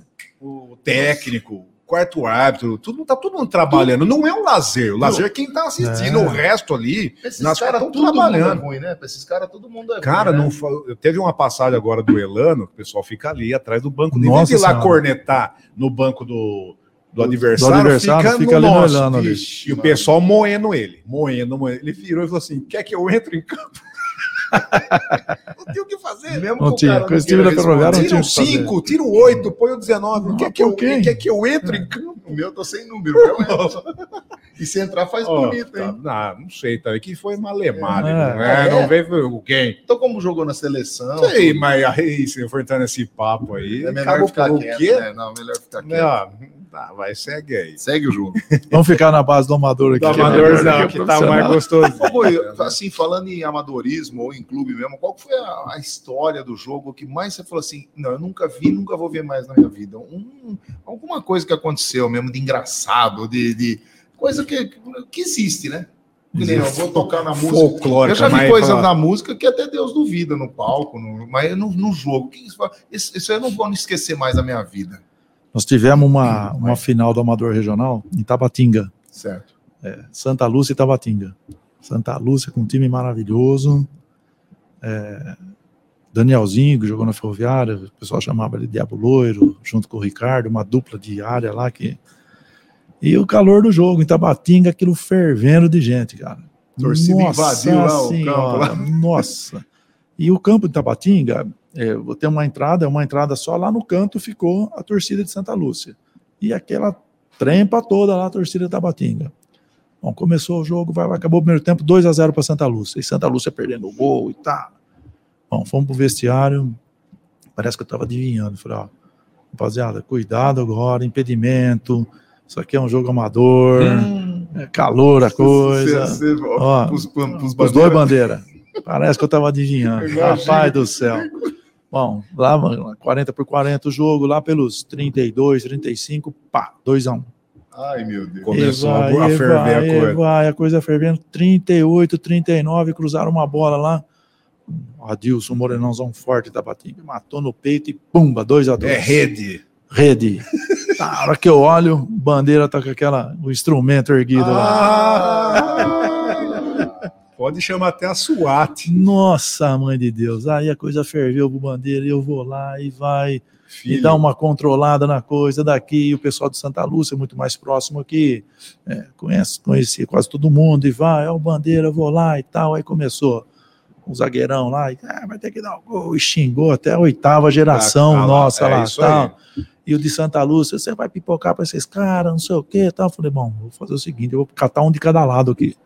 Speaker 5: o, o técnico, o quarto árbitro, tudo, tá todo mundo trabalhando. Não é um lazer. O lazer é quem tá assistindo.
Speaker 6: É.
Speaker 5: O resto ali
Speaker 4: Esses
Speaker 5: Nós
Speaker 4: caras
Speaker 5: tão
Speaker 4: todo mundo é
Speaker 5: trabalhando.
Speaker 4: ruim, né? Pra esses caras todo mundo é
Speaker 5: Cara,
Speaker 4: ruim, né? *laughs*
Speaker 5: não fa- teve uma passagem agora do Elano, que o pessoal fica ali atrás do banco. Em vez
Speaker 6: Nossa
Speaker 5: de ir lá
Speaker 6: Senhora.
Speaker 5: cornetar no banco do, do, adversário,
Speaker 6: adversário,
Speaker 5: fica,
Speaker 6: fica
Speaker 5: no
Speaker 6: ali no
Speaker 5: nosso.
Speaker 6: Elano ali.
Speaker 5: Vixe, e o pessoal moendo ele. Moendo, moendo. Ele virou e falou assim: quer que eu entre em campo? não tem o que fazer.
Speaker 4: Mesmo
Speaker 6: Não
Speaker 4: que o
Speaker 6: tinha,
Speaker 4: cara não
Speaker 6: com esse time
Speaker 4: queira
Speaker 6: da Ferroviária
Speaker 4: responder.
Speaker 5: Tira
Speaker 6: tinha o
Speaker 5: o
Speaker 6: que fazer.
Speaker 5: 5, tira o 8, põe o 19.
Speaker 6: Não,
Speaker 5: quer, que eu,
Speaker 6: por quê?
Speaker 5: quer que eu entre em campo?
Speaker 4: O meu eu tô sem número. realmente. e se entrar, faz
Speaker 5: Ó,
Speaker 4: bonito,
Speaker 5: tá,
Speaker 4: hein?
Speaker 5: não, não sei, tá, que foi malemado.
Speaker 6: É.
Speaker 5: né? É,
Speaker 4: É.
Speaker 5: Não veio quem?
Speaker 4: Então, como jogou na seleção...
Speaker 5: Não sei, mas aí, se eu for entrar nesse papo aí,
Speaker 4: É melhor
Speaker 5: acabou
Speaker 4: ficar
Speaker 5: por-
Speaker 4: quieto,
Speaker 5: o quê?
Speaker 4: né? Não, melhor ficar
Speaker 5: Né,
Speaker 4: quieto.
Speaker 5: ó, tá, vai, segue aí.
Speaker 4: Segue o jogo.
Speaker 6: Vamos ficar na base do amador aqui.
Speaker 5: Do
Speaker 6: que é melhor do
Speaker 5: amadorzão,
Speaker 6: que
Speaker 5: que
Speaker 6: o
Speaker 5: tá
Speaker 6: profissional.
Speaker 5: mais gostoso.
Speaker 4: Ô, Boi,
Speaker 6: *laughs*
Speaker 4: assim, falando em amadorismo ou em clube mesmo, qual que foi a, a história do jogo que mais você falou assim, não, eu nunca vi, nunca vou ver mais na minha vida? Um- alguma coisa que aconteceu mesmo de engraçado, de, de- coisa que, que existe, né? Que nem, eu vou tocar na música.
Speaker 5: Folclórica,
Speaker 4: Eu já vi
Speaker 5: mas
Speaker 4: coisa
Speaker 5: fala-
Speaker 4: na música que até Deus duvida no palco, no- mas no, no jogo. Que isso, fala- isso, isso eu não vou esquecer mais da minha vida.
Speaker 6: Nós tivemos uma, uma final do amador regional em Tabatinga.
Speaker 4: Certo.
Speaker 6: Santa Lúcia e Tabatinga. Santa Lúcia com um time maravilhoso. É, Danielzinho, que jogou na Ferroviária, o pessoal chamava ele Diabo Loiro, junto com o Ricardo, uma dupla de área lá que. E o calor do jogo, em Tabatinga, aquilo fervendo de gente, cara.
Speaker 4: Torcida invadiu lá o
Speaker 6: Senhora, *laughs* Nossa. E o campo de Tabatinga, é, tem uma entrada, é uma entrada só, lá no canto ficou a torcida de Santa Lúcia. E aquela trempa toda lá, a torcida de Tabatinga. Bom, começou o jogo, vai, vai, acabou o primeiro tempo, 2 a 0 para Santa Lúcia. E Santa Lúcia perdendo o gol e tal. Bom, fomos pro vestiário. Parece que eu estava adivinhando. Falei, ó, Rapaziada, cuidado agora, impedimento. Isso aqui é um jogo amador. É calor a coisa.
Speaker 4: Você- você-
Speaker 6: Ó,
Speaker 4: pros- pros- pros
Speaker 6: Os dois bandeira. Parece que eu estava adivinhando.
Speaker 4: Imagina.
Speaker 6: Rapaz do céu. Bom, lá mano, 40 por 40 o jogo, lá pelos 32, 35, pá, 2 a 1.
Speaker 4: Ai, meu Deus.
Speaker 5: Começou
Speaker 6: E
Speaker 5: a boa
Speaker 6: e
Speaker 5: ferver a
Speaker 6: vai, e
Speaker 5: coisa.
Speaker 6: Vai, a coisa fervendo, 38, 39, cruzaram uma bola lá. Adilson Morenãozão forte da batida, matou no peito e pumba, 2 a 2
Speaker 5: É rede.
Speaker 6: Rede. Na hora que eu olho, bandeira tá com aquela, o instrumento erguido lá.
Speaker 5: Ah! Pode chamar até a SWAT.
Speaker 6: Nossa, mãe de Deus. Aí a coisa ferveu pro bandeira e eu vou lá e vai e
Speaker 5: Filho.
Speaker 6: dá uma controlada na coisa daqui. E o pessoal de Santa Lúcia, muito mais próximo aqui, é, conhece, conheci quase todo mundo e vai, é o bandeira, eu vou lá e tal. Aí começou um zagueirão lá e ah, vai ter que dar o gol. E xingou até a oitava geração
Speaker 5: Ah, tá lá,
Speaker 6: nossa
Speaker 5: é
Speaker 6: lá
Speaker 5: isso
Speaker 6: tal.
Speaker 5: aí.
Speaker 6: E o de Santa Lúcia, você vai pipocar para esses caras, não sei o quê. Tal. Eu falei, bom, vou fazer o seguinte, eu vou catar um de cada lado aqui.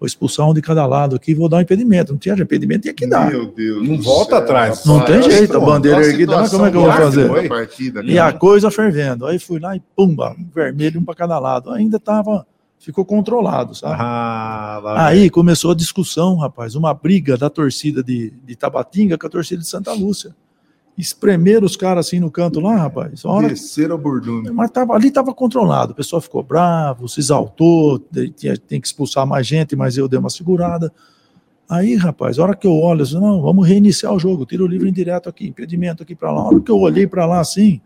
Speaker 6: Vou expulsar um de cada lado aqui e vou dar um impedimento. Não tinha impedimento, tinha que dar.
Speaker 4: Meu Deus.
Speaker 5: Não
Speaker 4: do
Speaker 5: volta
Speaker 4: céu,
Speaker 5: atrás.
Speaker 6: Não tem
Speaker 4: Olha
Speaker 6: jeito, a
Speaker 4: só,
Speaker 6: bandeira
Speaker 4: olha
Speaker 6: erguida, mas
Speaker 4: situação
Speaker 6: como é que eu vou
Speaker 4: do Arsenal
Speaker 6: fazer?
Speaker 4: foi a partida,
Speaker 6: E
Speaker 4: cara.
Speaker 6: a coisa fervendo. Aí fui lá e pumba, vermelho um para cada lado. Ainda tava, ficou controlado, sabe?
Speaker 5: Ah, lá.
Speaker 6: Aí começou a discussão, rapaz, uma briga da torcida de, de Tabatinga com a torcida de Santa Lúcia. Espremeram os caras assim no canto lá, rapaz. A hora,
Speaker 4: Desceram o burdume.
Speaker 6: mas tava, ali tava controlado. O pessoal ficou bravo, se exaltou, te- tinha, tem que expulsar mais gente, mas eu dei uma segurada. Aí, rapaz, a hora que eu olho, eu disse, não, vamos reiniciar o jogo, tiro livre indireto aqui, impedimento aqui para lá. A hora que eu olhei para lá assim,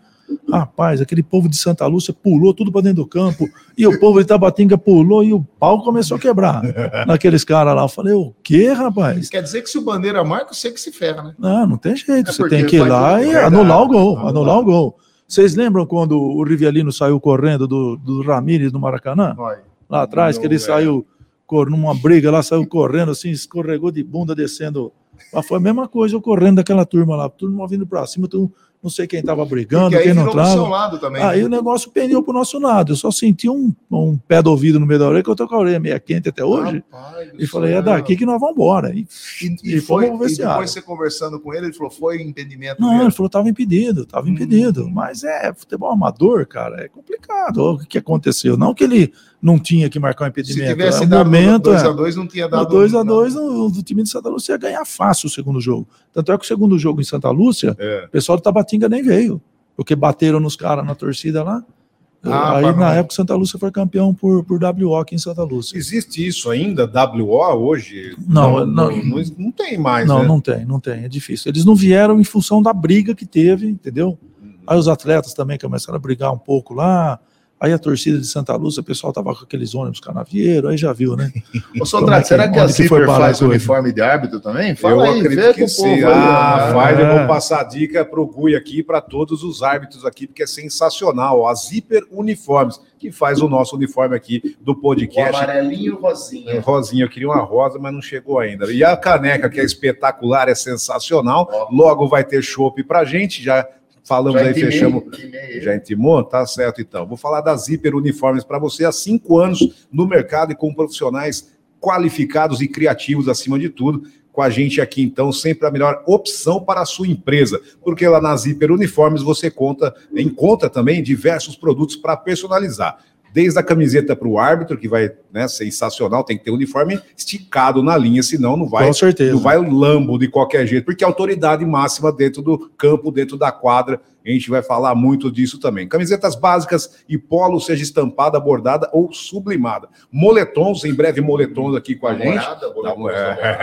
Speaker 6: rapaz, aquele povo de Santa Lúcia pulou tudo para dentro do campo, e o povo de Tabatinga pulou e o pau começou a quebrar naqueles caras lá. Eu falei, o quê, rapaz?
Speaker 4: Quer dizer que se o bandeira marca, você que se ferra, né?
Speaker 6: Não, não tem jeito.
Speaker 4: É
Speaker 6: você
Speaker 4: porque
Speaker 6: tem que ir
Speaker 4: faz
Speaker 6: lá
Speaker 4: o-
Speaker 6: e
Speaker 4: verdade,
Speaker 6: anular o gol.
Speaker 4: anular.
Speaker 6: Anular. o gol. Vocês lembram quando o Rivelino saiu correndo do, do Ramírez no Maracanã?
Speaker 4: Vai.
Speaker 6: Lá atrás,
Speaker 4: Não, é.
Speaker 6: que ele
Speaker 4: velho.
Speaker 6: saiu cor- numa briga lá, saiu correndo assim, escorregou de bunda descendo. Mas foi a mesma coisa eu correndo daquela turma lá. Todo mundo vindo pra cima, todo mundo- não sei quem tava brigando,
Speaker 4: Porque aí
Speaker 6: quem não Ah,
Speaker 4: virou um né? pro seu
Speaker 6: tava.
Speaker 4: lado também.
Speaker 6: Aí o negócio pendeu pro nosso lado. Eu só senti um, um pé do ouvido no meio da orelha, que eu tô com a orelha meia quente até hoje.
Speaker 4: Rapaz do
Speaker 6: e falei, é
Speaker 4: céu.
Speaker 6: daqui que nós vamos embora. E
Speaker 4: E, e
Speaker 6: e
Speaker 4: foi,
Speaker 6: fomos pro
Speaker 4: e
Speaker 6: vestiário.
Speaker 4: depois você conversando com ele, ele falou, foi entendimento
Speaker 6: Não, ele
Speaker 4: mesmo.
Speaker 6: falou tava impedido,
Speaker 4: Uhum.
Speaker 6: tava impedido. Mas é, futebol amador, cara, é complicado. Olha O que aconteceu? Não que ele não tinha que marcar um impedimento.
Speaker 4: Se tivesse
Speaker 6: é, o
Speaker 4: dado
Speaker 6: momento,
Speaker 4: 2x2,
Speaker 6: é.
Speaker 4: não tinha
Speaker 6: No
Speaker 4: dado... um,
Speaker 6: 2x2, o o time de Santa Lúcia ia ganhar fácil o segundo jogo. Tanto é que o segundo jogo em Santa Lúcia,
Speaker 4: É.
Speaker 6: o pessoal do Tabatinga nem veio. Porque bateram nos caras na torcida lá.
Speaker 4: Ah,
Speaker 6: Aí,
Speaker 4: pra
Speaker 6: na
Speaker 4: não-
Speaker 6: época, Santa Lúcia foi campeão por, por WO aqui em Santa Lúcia.
Speaker 5: Existe isso ainda, WO, hoje?
Speaker 6: Não, não,
Speaker 5: não, não, não tem mais,
Speaker 6: não,
Speaker 5: né?
Speaker 6: não tem, não tem, é difícil. Eles não vieram em função da briga que teve, entendeu? Aí os atletas também começaram a brigar um pouco lá. Aí a torcida de Santa Lúcia, o pessoal tava com aqueles ônibus canavieiro, aí já viu, né?
Speaker 4: Ô,
Speaker 6: Como é
Speaker 4: Soldado,
Speaker 6: que-
Speaker 4: será que a
Speaker 6: onde que foi
Speaker 4: Zipper
Speaker 6: parar
Speaker 4: faz
Speaker 6: a coisa?
Speaker 4: uniforme de árbitro também?
Speaker 5: Eu
Speaker 4: Fala aí, vê
Speaker 5: acredito
Speaker 4: com
Speaker 5: que
Speaker 4: o
Speaker 5: sim.
Speaker 4: povo. aí,
Speaker 5: Ah,
Speaker 4: né?
Speaker 5: vai, eu vou
Speaker 6: É.
Speaker 5: passar a dica pro Gui aqui, para todos os árbitros aqui, porque é sensacional. A Zipper Uniformes, que faz o nosso uniforme aqui do
Speaker 4: O
Speaker 5: podcast.
Speaker 4: amarelinho e o rosinha.
Speaker 5: É, Rosinha, eu queria uma rosa, mas não chegou ainda. E a caneca, que é espetacular, é sensacional. Logo vai ter chopp pra gente, já falamos aí,
Speaker 4: intimei-
Speaker 5: fechamos.
Speaker 4: intimei É ele.
Speaker 5: Já intimou? Tá certo, então. Vou falar da Zipper Uniformes para você há cinco anos no mercado e com profissionais qualificados e criativos acima de tudo. Com a gente aqui, então, sempre a melhor opção para a sua empresa, porque lá na Zipper Uniformes você conta, encontra também diversos produtos para personalizar. Desde a camiseta para o árbitro, que vai, né, sensacional, tem que ter o uniforme esticado na linha, senão não vai
Speaker 6: Com certeza.
Speaker 5: não vai o lambo de qualquer jeito, porque é autoridade máxima dentro do campo, dentro da quadra. A gente vai falar muito disso também. Camisetas básicas e polo, seja estampada, bordada ou sublimada. Moletons, em breve moletons aqui com a gente.
Speaker 4: Namorada, vou lá
Speaker 5: Não,
Speaker 4: conversar com
Speaker 5: é,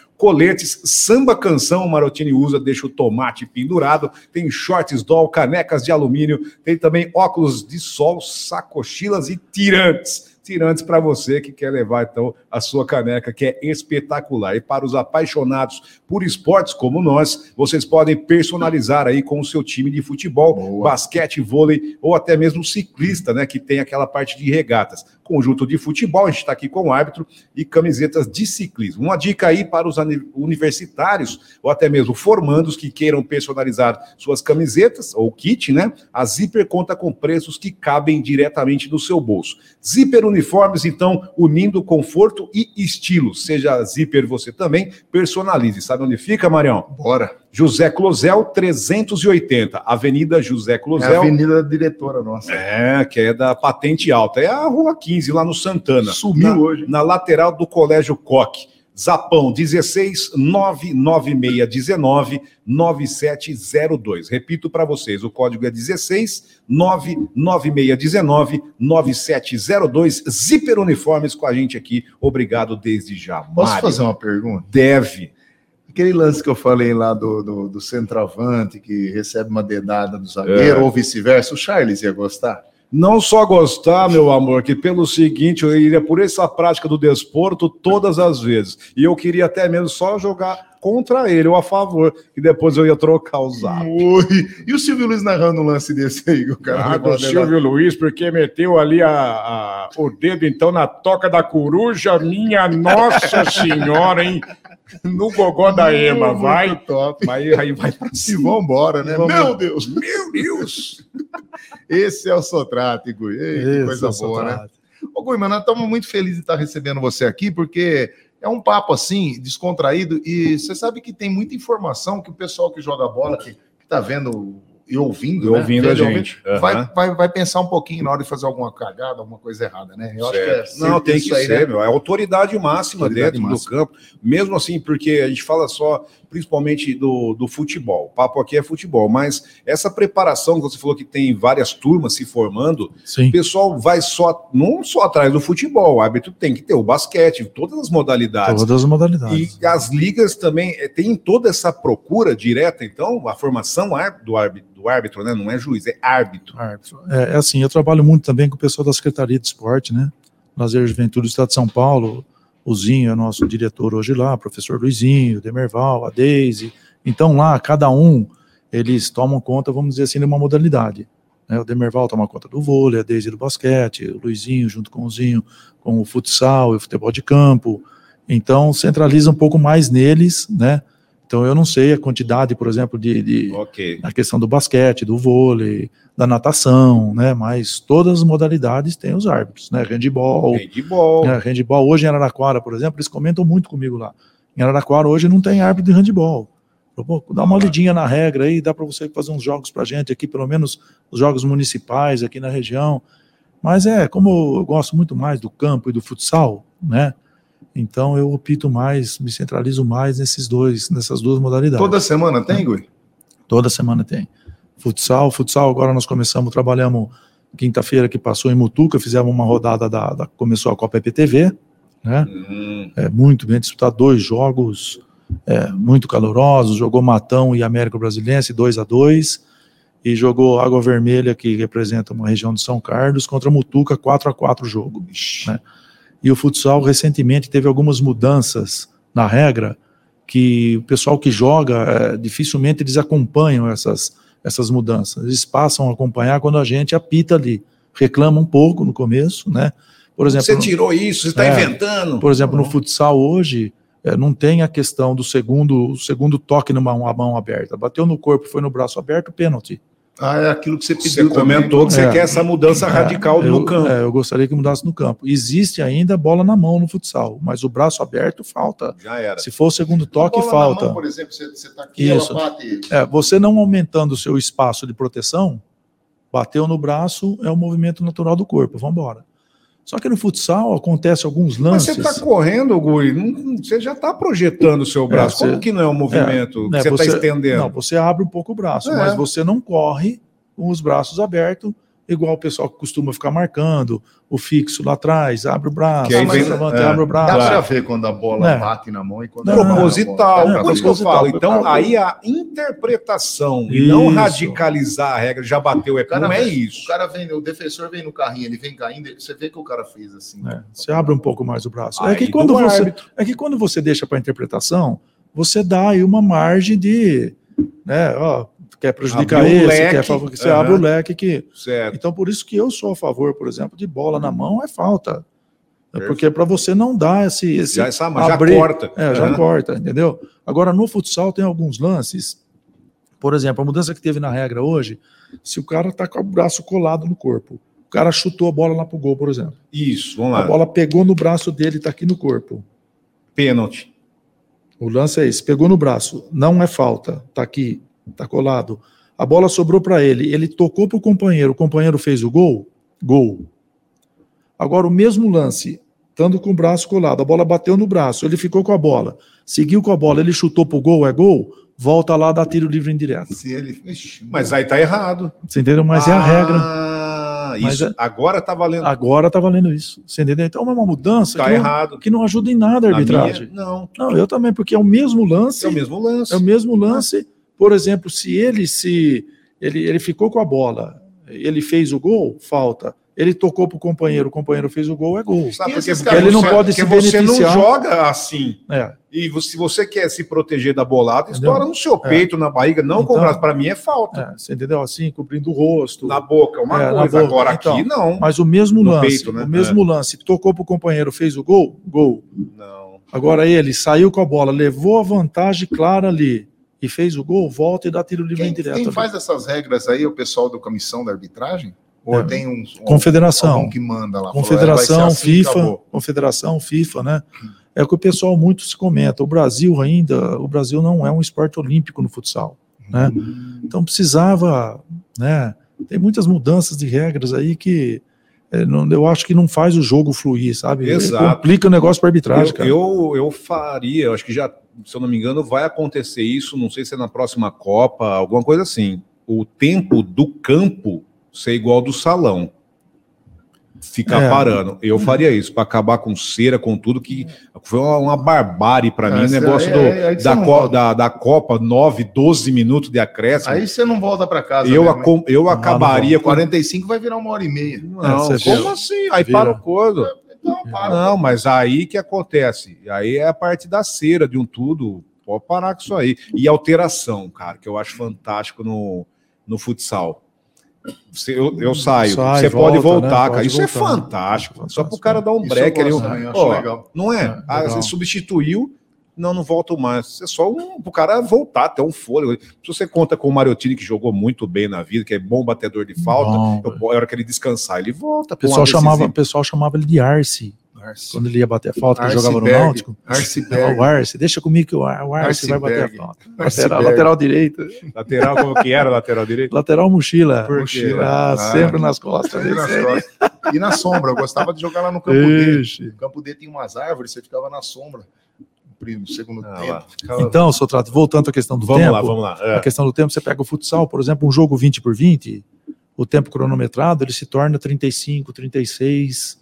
Speaker 5: é. Coletes, samba canção, o Marotini usa, deixa o tomate pendurado. Tem shorts doll, canecas de alumínio, tem também óculos de sol, sacochilas e tirantes. Tirantes para você que quer levar então a sua caneca, que é espetacular. E para os apaixonados por esportes como nós, vocês podem personalizar aí com o seu time de futebol, basquete, vôlei ou até mesmo ciclista, né? Que tem aquela parte de regatas. Conjunto de futebol, a gente está aqui com o árbitro e camisetas de ciclismo. Uma dica aí para os ani- universitários ou até mesmo formandos que queiram personalizar suas camisetas ou kit, né? A Zipper conta com preços que cabem diretamente no seu bolso. Zipper Uniformes, então, unindo conforto e estilo. Seja Zipper você também, personalize. Sabe onde fica, Marião?
Speaker 4: Bora.
Speaker 5: José Closel 380, Avenida José
Speaker 4: É
Speaker 5: Closel.
Speaker 4: a avenida da diretora nossa.
Speaker 5: É, que é da patente alta. É a Rua 15, lá no Santana.
Speaker 4: Sumiu né?
Speaker 5: na,
Speaker 4: hoje.
Speaker 5: Na lateral do Colégio Coque. Zapão 16 99619 9702. Repito para vocês, o código é 16 99619 9702. Zíper Uniformes com a gente aqui. Obrigado desde já.
Speaker 4: Posso
Speaker 5: Mário,
Speaker 4: fazer uma pergunta?
Speaker 5: Deve.
Speaker 4: Aquele lance que eu falei lá do, do, do centroavante que recebe uma dedada do zagueiro ou vice-versa, o Charles ia gostar?
Speaker 5: Não só gostar, meu amor, que pelo seguinte, eu iria por essa prática do desporto todas as vezes. E eu queria até mesmo só jogar contra ele ou a favor, e depois eu ia trocar o zap.
Speaker 4: Ui, E o Silvio Luiz narrando um lance desse aí? que O cara
Speaker 5: Ah,
Speaker 4: levou
Speaker 5: do
Speaker 4: uma dedada?
Speaker 5: Silvio Luiz, porque meteu ali a, a- o dedo, então, na toca da coruja,
Speaker 4: *laughs*
Speaker 5: minha Nossa Senhora, hein? No gogó da Ema,
Speaker 4: Muito
Speaker 5: vai.
Speaker 4: top.
Speaker 5: Mas aí vai pra
Speaker 4: E
Speaker 5: cima.
Speaker 4: vambora, né?
Speaker 5: E vamos-
Speaker 4: Meu Deus!
Speaker 5: Meu Deus!
Speaker 4: *laughs* Esse é o Sotrato, Gui. Ei, que coisa
Speaker 6: Isso,
Speaker 4: boa, né?
Speaker 6: Sotrato.
Speaker 4: Ô, Gui, nós estamos muito felizes de estar recebendo você aqui, porque é um papo assim, descontraído, e você sabe que tem muita informação que o pessoal que joga bola, que está vendo e ouvindo, né?
Speaker 5: Ouvindo a
Speaker 4: Vendo e
Speaker 5: gente.
Speaker 4: vai,
Speaker 5: Aham.
Speaker 4: vai, vai pensar um pouquinho na hora de fazer alguma cagada, alguma coisa errada, né? Eu acho
Speaker 5: Certo.
Speaker 4: que é
Speaker 5: não, tem
Speaker 4: isso
Speaker 5: que
Speaker 4: aí,
Speaker 5: ser,
Speaker 4: né?
Speaker 5: meu. É autoridade máxima
Speaker 4: Autoridade
Speaker 5: dentro do
Speaker 4: máxima.
Speaker 5: campo. Mesmo assim, porque a gente fala só, principalmente do, do futebol. O papo aqui é futebol. Mas essa preparação, que você falou que tem várias turmas se formando, o
Speaker 6: Sim.
Speaker 5: pessoal vai só, não só atrás do futebol. O árbitro tem que ter o basquete, todas as modalidades.
Speaker 6: Todas as modalidades.
Speaker 5: E as ligas também eh, tem toda essa procura direta, então, a formação ar- do árbitro, do árbitro, né? Não é juiz, é árbitro.
Speaker 6: Árbitro. É, é assim, eu trabalho muito também com o pessoal da Secretaria de Esporte, né? Lazer e Juventude do Estado de São Paulo. O Zinho é nosso diretor hoje lá, professor Luizinho, Demerval, a Deise. Então lá, cada um, eles tomam conta, vamos dizer assim, de uma modalidade. né? O Demerval toma conta do vôlei, a Deise do basquete, o Luizinho junto com o Zinho, com o futsal e o futebol de campo. Então centraliza um pouco mais neles, né? Então eu não sei a quantidade, por exemplo, de- de,
Speaker 5: Ok.
Speaker 6: a questão do basquete, do vôlei, da natação, né? Mas todas as modalidades têm os árbitros, né? Handball,
Speaker 5: Handebol.
Speaker 6: né? handball hoje em Araraquara, por exemplo, eles comentam muito comigo lá. Em Araraquara hoje não tem árbitro de handball. Eu, Pô, dá uma olhadinha na regra aí, dá para você fazer uns jogos para gente aqui, pelo menos os jogos municipais aqui na região. Mas é, como eu gosto muito mais do campo e do futsal, né? Então eu opto mais, me centralizo mais nesses dois, nessas duas modalidades.
Speaker 4: Toda semana tem, Gui?
Speaker 6: Toda semana tem. Futsal, futsal, agora nós começamos, trabalhamos quinta-feira que passou em Mutuca, fizemos uma rodada da, da- começou a Copa EPTV, né?
Speaker 5: Hum,
Speaker 6: É muito bem disputado, dois jogos é, muito calorosos, jogou Matão e América Brasilense, 2 a 2 e jogou Água Vermelha, que representa uma região de São Carlos, contra Mutuca, 4 a 4 jogo. né? E o futsal recentemente teve algumas mudanças na regra, que o pessoal que joga eh, dificilmente eles acompanham essas, essas mudanças. Eles passam a acompanhar quando a gente apita ali, reclama um pouco no começo, né? Por exemplo,
Speaker 5: Você
Speaker 6: no-
Speaker 5: tirou isso, você está
Speaker 6: É.
Speaker 5: inventando.
Speaker 6: por exemplo, no futsal hoje, eh, não tem a questão do segundo, o segundo toque numa uma mão aberta. Bateu no corpo, foi no braço aberto, pênalti.
Speaker 4: Ah, é aquilo que você
Speaker 5: Você
Speaker 4: pediu
Speaker 5: comentou que você
Speaker 6: É.
Speaker 5: quer essa mudança Tá radical
Speaker 6: eu,
Speaker 5: no campo.
Speaker 6: é, eu gostaria que mudasse no campo. Existe ainda bola na mão no futsal, mas o braço aberto falta.
Speaker 5: Já era.
Speaker 6: é. Se for o segundo
Speaker 4: também.
Speaker 6: toque,
Speaker 4: Bola na
Speaker 6: falta.
Speaker 4: mão, por exemplo, você, você tá aqui,
Speaker 6: Isso.
Speaker 4: ela bate...
Speaker 6: É, você não aumentando o seu espaço de proteção, bateu no braço, é o movimento natural do corpo, vamos embora. Só que no futsal acontece alguns
Speaker 5: Mas
Speaker 6: lances.
Speaker 5: você tá está correndo, Gui. não- Você já está projetando o seu braço.
Speaker 6: você-
Speaker 5: Como que não é um movimento
Speaker 6: né,
Speaker 5: que você
Speaker 6: você-
Speaker 5: está estendendo?
Speaker 6: Não, você abre um pouco o braço,
Speaker 5: É.
Speaker 6: mas você não corre com os braços abertos, igual o pessoal que costuma ficar marcando, o fixo lá atrás, abre o braço,
Speaker 5: Que aí
Speaker 6: mas
Speaker 5: vem-
Speaker 6: levanta e
Speaker 5: é.
Speaker 6: abre o
Speaker 4: Dá
Speaker 6: braço.
Speaker 4: pra ver quando a bola
Speaker 6: É.
Speaker 4: bate na mão e quando...
Speaker 6: Não,
Speaker 5: Né? Proposital,
Speaker 6: não,
Speaker 5: por isso que eu
Speaker 6: proposital.
Speaker 5: falo. Então, aí a interpretação e não
Speaker 6: Isso.
Speaker 5: radicalizar a regra, já bateu, é, não é
Speaker 4: O
Speaker 5: isso.
Speaker 4: cara vem, o defensor vem no carrinho, ele vem caindo, você vê que o cara fez assim.
Speaker 6: É, você abre um pouco mais o braço. é,
Speaker 5: Aí
Speaker 6: que
Speaker 5: do
Speaker 6: quando você,
Speaker 5: árbitro.
Speaker 6: é que quando você deixa para interpretação, você dá aí uma margem de. Né, ó, quer prejudicar
Speaker 5: Abre o
Speaker 6: esse,
Speaker 5: leque.
Speaker 6: quer favor, você
Speaker 5: Aham.
Speaker 6: abre o leque. Que...
Speaker 5: Certo.
Speaker 6: Então, por isso que eu sou a favor, por exemplo, de bola na mão é falta. É
Speaker 5: Perfeito.
Speaker 6: porque para você não dar esse. esse
Speaker 5: Já, essa- já
Speaker 6: abrir-
Speaker 5: corta.
Speaker 6: é, já
Speaker 5: Aham.
Speaker 6: corta, entendeu? Agora, no futsal tem alguns lances. Por exemplo, a mudança que teve na regra hoje, se o cara tá com o braço colado no corpo, o cara chutou a bola lá pro gol, por exemplo.
Speaker 5: Isso, vamos
Speaker 6: A
Speaker 5: lá.
Speaker 6: bola pegou no braço dele, tá aqui no corpo.
Speaker 5: Pênalti.
Speaker 6: O lance é esse: pegou no braço, não é falta, tá aqui, tá colado. A bola sobrou para ele, ele tocou pro companheiro, o companheiro fez o gol, gol. Agora, o mesmo lance, estando com o braço colado, a bola bateu no braço, ele ficou com a bola, seguiu com a bola, ele chutou pro gol, é gol, volta lá, dá tiro livre indireto.
Speaker 4: Se ele. Ixi,
Speaker 5: Mas aí tá errado.
Speaker 6: Você entendeu? Mas é a regra.
Speaker 5: Ah,
Speaker 6: Mas
Speaker 5: isso.
Speaker 6: é-
Speaker 5: Agora tá valendo.
Speaker 6: Agora tá valendo isso. Você entendeu? Então é uma mudança
Speaker 5: tá
Speaker 6: que, não,
Speaker 5: errado.
Speaker 6: que não ajuda em nada a
Speaker 5: Na minha,
Speaker 6: arbitragem.
Speaker 5: não.
Speaker 6: Não, eu também, porque é o mesmo lance.
Speaker 5: É o mesmo lance.
Speaker 6: É o mesmo lance. Por exemplo, se ele se ele, ele ficou com a bola, ele fez o gol, falta. Ele tocou pro companheiro, o companheiro fez o gol, é gol.
Speaker 5: Sabe
Speaker 4: E
Speaker 5: por quê?
Speaker 4: esses
Speaker 5: Porque
Speaker 4: caras-
Speaker 5: ele não
Speaker 6: Você-
Speaker 5: pode
Speaker 6: porque
Speaker 5: se
Speaker 6: você não
Speaker 5: Você não joga assim.
Speaker 6: É.
Speaker 5: E vo- se você quer se proteger da bolada,
Speaker 6: Entendeu? É.
Speaker 5: estoura no seu peito, na barriga, não com o
Speaker 6: Então-
Speaker 5: braço. Para mim é falta.
Speaker 6: é, você entendeu? Assim, cobrindo o rosto.
Speaker 5: Na boca, uma
Speaker 6: É, na
Speaker 5: coisa.
Speaker 6: boca.
Speaker 5: Agora
Speaker 6: Então,
Speaker 5: aqui, não.
Speaker 6: Mas o mesmo
Speaker 5: No
Speaker 6: lance,
Speaker 5: peito, né?
Speaker 6: o mesmo lance, tocou pro companheiro, fez o gol, gol.
Speaker 5: Não.
Speaker 6: Agora ele saiu com a bola, levou a vantagem clara ali e fez o gol, volta e dá tiro livre
Speaker 4: Quem,
Speaker 6: indireto.
Speaker 4: quem faz essas regras aí é o pessoal da comissão da arbitragem? Ou
Speaker 6: É.
Speaker 4: tem um, um
Speaker 6: Confederação.
Speaker 4: algum que manda lá? falou, "É,
Speaker 6: Confederação,
Speaker 4: vai ser assim,
Speaker 6: FIFA,
Speaker 4: acabou."
Speaker 6: Confederação, FIFA, né? É o que o pessoal muito se comenta. O Brasil ainda, o Brasil não é um esporte olímpico no futsal, né?
Speaker 4: Uhum.
Speaker 6: Então precisava, né? Tem muitas mudanças de regras aí que eh, não- eu acho que não faz o jogo fluir, sabe? É
Speaker 5: Exato.
Speaker 6: Complica o negócio para arbitragem,
Speaker 5: Eu,
Speaker 6: cara.
Speaker 5: eu, eu faria, eu acho que já, se eu não me engano, vai acontecer isso, não sei se é na próxima Copa, alguma coisa assim. O tempo do campo ser igual ao do salão. Ficar
Speaker 6: É.
Speaker 5: parando. Eu faria isso, para acabar com cera, com tudo, que foi uma, uma barbárie para mim, o
Speaker 4: Essa-
Speaker 5: negócio
Speaker 4: é-
Speaker 5: do,
Speaker 4: é- aí você
Speaker 5: da,
Speaker 4: não
Speaker 5: co-
Speaker 4: volta.
Speaker 5: da, da Copa, 9, 12 minutos de acréscimo.
Speaker 4: Aí você não volta pra casa. mesmo,
Speaker 5: eu,
Speaker 4: hein?
Speaker 5: acom- eu
Speaker 6: lá Ah, não
Speaker 5: acabaria com
Speaker 4: 45 vai virar uma hora e meia.
Speaker 5: Não,
Speaker 6: É, você
Speaker 5: como
Speaker 6: vira.
Speaker 5: assim? Aí
Speaker 6: Vira.
Speaker 5: para o corno.
Speaker 4: Então,
Speaker 6: é. Ah,
Speaker 4: para.
Speaker 5: Não, mas aí que acontece? Aí é a parte da cera de um tudo. Pode parar com isso aí. E alteração, cara, que eu acho fantástico no, no futsal. Você- eu, eu saio.
Speaker 6: Hum, Sai,
Speaker 5: você pode
Speaker 6: volta,
Speaker 5: voltar,
Speaker 6: né?
Speaker 5: cara.
Speaker 6: Pode
Speaker 5: isso é
Speaker 6: voltar.
Speaker 5: fantástico.
Speaker 6: Fantástico.
Speaker 5: Só pro cara dar um
Speaker 4: Isso
Speaker 5: break
Speaker 4: eu
Speaker 5: ali.
Speaker 4: gosto
Speaker 5: um-
Speaker 4: também, eu acho
Speaker 5: ó,
Speaker 4: legal.
Speaker 5: Não é?
Speaker 4: É,
Speaker 5: Ah,
Speaker 6: legal.
Speaker 5: você substituiu. Não, não volto mais. É só um, pro cara voltar, ter um fôlego. Se você conta com o Mariotini, que jogou muito bem na vida, que é bom batedor de falta,
Speaker 6: Bom,
Speaker 5: eu- a hora que ele descansar, ele volta.
Speaker 6: o
Speaker 4: um
Speaker 5: pra uma
Speaker 6: pessoal chamava, o
Speaker 5: decisiva.
Speaker 6: pessoal chamava ele de Arce quando ele ia bater a falta, que
Speaker 4: Arce
Speaker 6: jogava no
Speaker 4: Berg.
Speaker 6: Náutico. É,
Speaker 4: Arceberg.
Speaker 6: O Arce, deixa comigo que o Ar- o Arce,
Speaker 4: Arce
Speaker 6: vai bater
Speaker 4: Berg.
Speaker 6: a falta.
Speaker 4: Arce
Speaker 6: Lateral,
Speaker 4: Berg.
Speaker 6: lateral direito.
Speaker 5: Lateral, como que era? Lateral direito?
Speaker 6: Lateral mochila.
Speaker 5: Por quê?
Speaker 6: Ah,
Speaker 4: Ah.
Speaker 6: sempre nas costas. né?
Speaker 4: Sempre nas
Speaker 6: desse aí.
Speaker 4: costas. E na sombra, eu gostava de jogar lá no campo
Speaker 5: *laughs*
Speaker 4: dele.
Speaker 6: Ixi.
Speaker 4: No campo dele tem umas árvores, você ficava na sombra. no Primo, segundo
Speaker 5: Ah,
Speaker 4: tempo.
Speaker 5: lá.
Speaker 4: ficava-
Speaker 6: Então, Sotrato, voltando à questão do
Speaker 5: Vamos
Speaker 6: tempo.
Speaker 5: lá, vamos lá. É.
Speaker 6: A questão do tempo, você pega o futsal, por exemplo, um jogo 20 por 20, o tempo cronometrado, ele se torna 35, 36,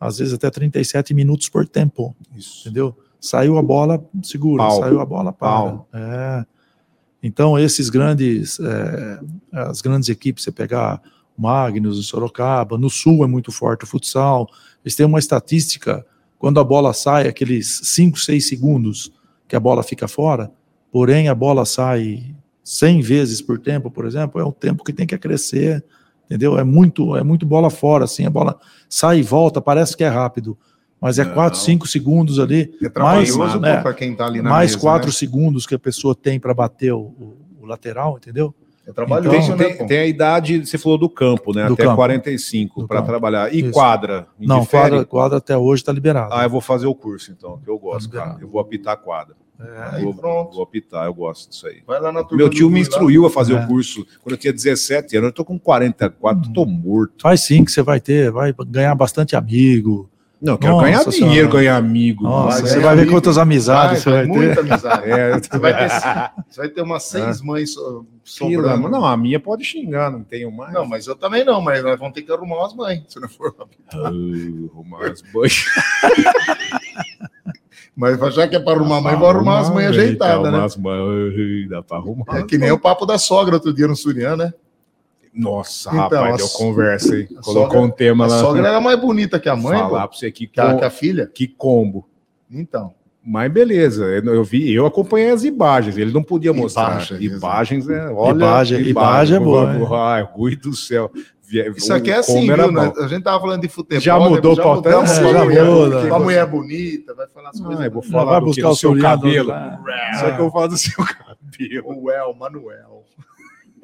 Speaker 6: às vezes até 37 minutos por tempo,
Speaker 5: Isso.
Speaker 6: entendeu? Saiu a bola, segura,
Speaker 5: Pau.
Speaker 6: saiu a bola, para.
Speaker 5: Pau.
Speaker 6: É. Então, esses grandes, é, as grandes equipes, você pegar o Magnus, o Sorocaba, no Sul é muito forte o futsal, eles têm uma estatística, quando a bola sai, aqueles 5, 6 segundos que a bola fica fora, porém a bola sai 100 vezes por tempo, por exemplo, é um tempo que tem que crescer, entendeu? É muito, é muito bola fora, assim, a bola sai e volta, parece que é rápido, mas é
Speaker 5: Não.
Speaker 6: 4, 5 segundos ali,
Speaker 4: É trabalhoso
Speaker 6: mais,
Speaker 4: pô,
Speaker 6: né,
Speaker 4: pra quem tá ali na
Speaker 6: mais
Speaker 4: mesa,
Speaker 6: quatro
Speaker 4: né?
Speaker 6: segundos que a pessoa tem para bater o, o- o lateral, entendeu?
Speaker 4: É trabalhoso,
Speaker 5: Tem,
Speaker 6: Então,
Speaker 4: né, pô?
Speaker 5: tem- tem a idade, você falou do campo, né?
Speaker 6: Do
Speaker 5: até
Speaker 6: campo.
Speaker 5: 45
Speaker 6: Do
Speaker 5: para
Speaker 6: campo.
Speaker 5: trabalhar. E
Speaker 6: Isso.
Speaker 5: quadra?
Speaker 6: Não,
Speaker 5: Indifere?
Speaker 6: quadra, quadra até hoje está liberado.
Speaker 5: Ah, eu vou fazer o curso então, que eu gosto,
Speaker 6: Liberado.
Speaker 5: cara. Eu vou apitar quadra.
Speaker 6: É,
Speaker 4: Aí
Speaker 5: vou,
Speaker 4: pronto.
Speaker 5: vou apitar, eu gosto disso aí.
Speaker 4: Vai lá na turma
Speaker 5: Meu
Speaker 4: do
Speaker 5: tio me
Speaker 4: Rui lá.
Speaker 5: instruiu a fazer
Speaker 6: É.
Speaker 5: o curso quando eu tinha 17 anos. Eu tô com 44,
Speaker 6: Hum.
Speaker 5: tô morto.
Speaker 6: Faz sim que você vai ter, vai ganhar bastante amigo.
Speaker 5: Não, eu quero
Speaker 6: Nossa
Speaker 5: ganhar
Speaker 6: Senhora.
Speaker 5: dinheiro, ganhar amigo.
Speaker 6: Nossa,
Speaker 4: vai
Speaker 6: você
Speaker 4: ganhar
Speaker 6: vai ver
Speaker 4: amigo.
Speaker 6: quantas
Speaker 4: Vai,
Speaker 6: amizades você vai
Speaker 4: vai
Speaker 6: ter.
Speaker 4: muita
Speaker 5: *laughs*
Speaker 4: amizade.
Speaker 5: É,
Speaker 6: *laughs*
Speaker 4: Você vai ter, você vai ter umas seis mães so-
Speaker 5: Pila,
Speaker 4: sobrando.
Speaker 5: não, a minha pode xingar, não tenho mais.
Speaker 4: Não, mas eu também não, mas nós vamos ter que arrumar umas mães, se não for.
Speaker 5: mas... Mas...
Speaker 4: Mas já que é para arrumar mãe, vou arrumar umas mães ajeitadas, né?
Speaker 5: Umas mães, dá pra arrumar.
Speaker 4: É que nem o papo da sogra outro dia no Surian, né?
Speaker 5: Nossa,
Speaker 4: Então,
Speaker 5: rapaz,
Speaker 4: a
Speaker 5: deu
Speaker 4: so-
Speaker 5: conversa, hein?
Speaker 4: a
Speaker 5: Colocou
Speaker 4: sogra-
Speaker 5: um tema
Speaker 4: A
Speaker 5: lá.
Speaker 4: sogra era mais bonita que a mãe, pô,
Speaker 5: falar pra você que,
Speaker 4: que, a,
Speaker 5: com-
Speaker 4: que a filha.
Speaker 5: que combo.
Speaker 4: Então,
Speaker 5: Mas beleza, eu, eu vi, eu acompanhei as imagens, ele não podia mostrar.
Speaker 4: Imagens,
Speaker 5: imagens é, olha,
Speaker 6: Imagem- imagem é boa,
Speaker 5: boa. Ai, Rui do céu. Vi-
Speaker 4: isso
Speaker 5: o
Speaker 4: aqui é assim,
Speaker 5: combo era
Speaker 4: viu? né?
Speaker 5: bom.
Speaker 4: A gente tava falando de futebol.
Speaker 5: Já mudou o pautão?
Speaker 4: Não,
Speaker 5: É,
Speaker 4: sim,
Speaker 5: já
Speaker 4: a mulher-
Speaker 5: muda.
Speaker 4: A mulher bonita, vai falar as coisas.
Speaker 5: Ah, eu vou
Speaker 6: Ela
Speaker 5: falar do,
Speaker 6: vai
Speaker 5: que?
Speaker 6: buscar
Speaker 5: do
Speaker 6: o
Speaker 5: seu
Speaker 6: seu né?
Speaker 5: cabelo.
Speaker 6: cabelo.
Speaker 5: Só que eu vou falar do seu *laughs* cabelo.
Speaker 4: Manuel, Manuel.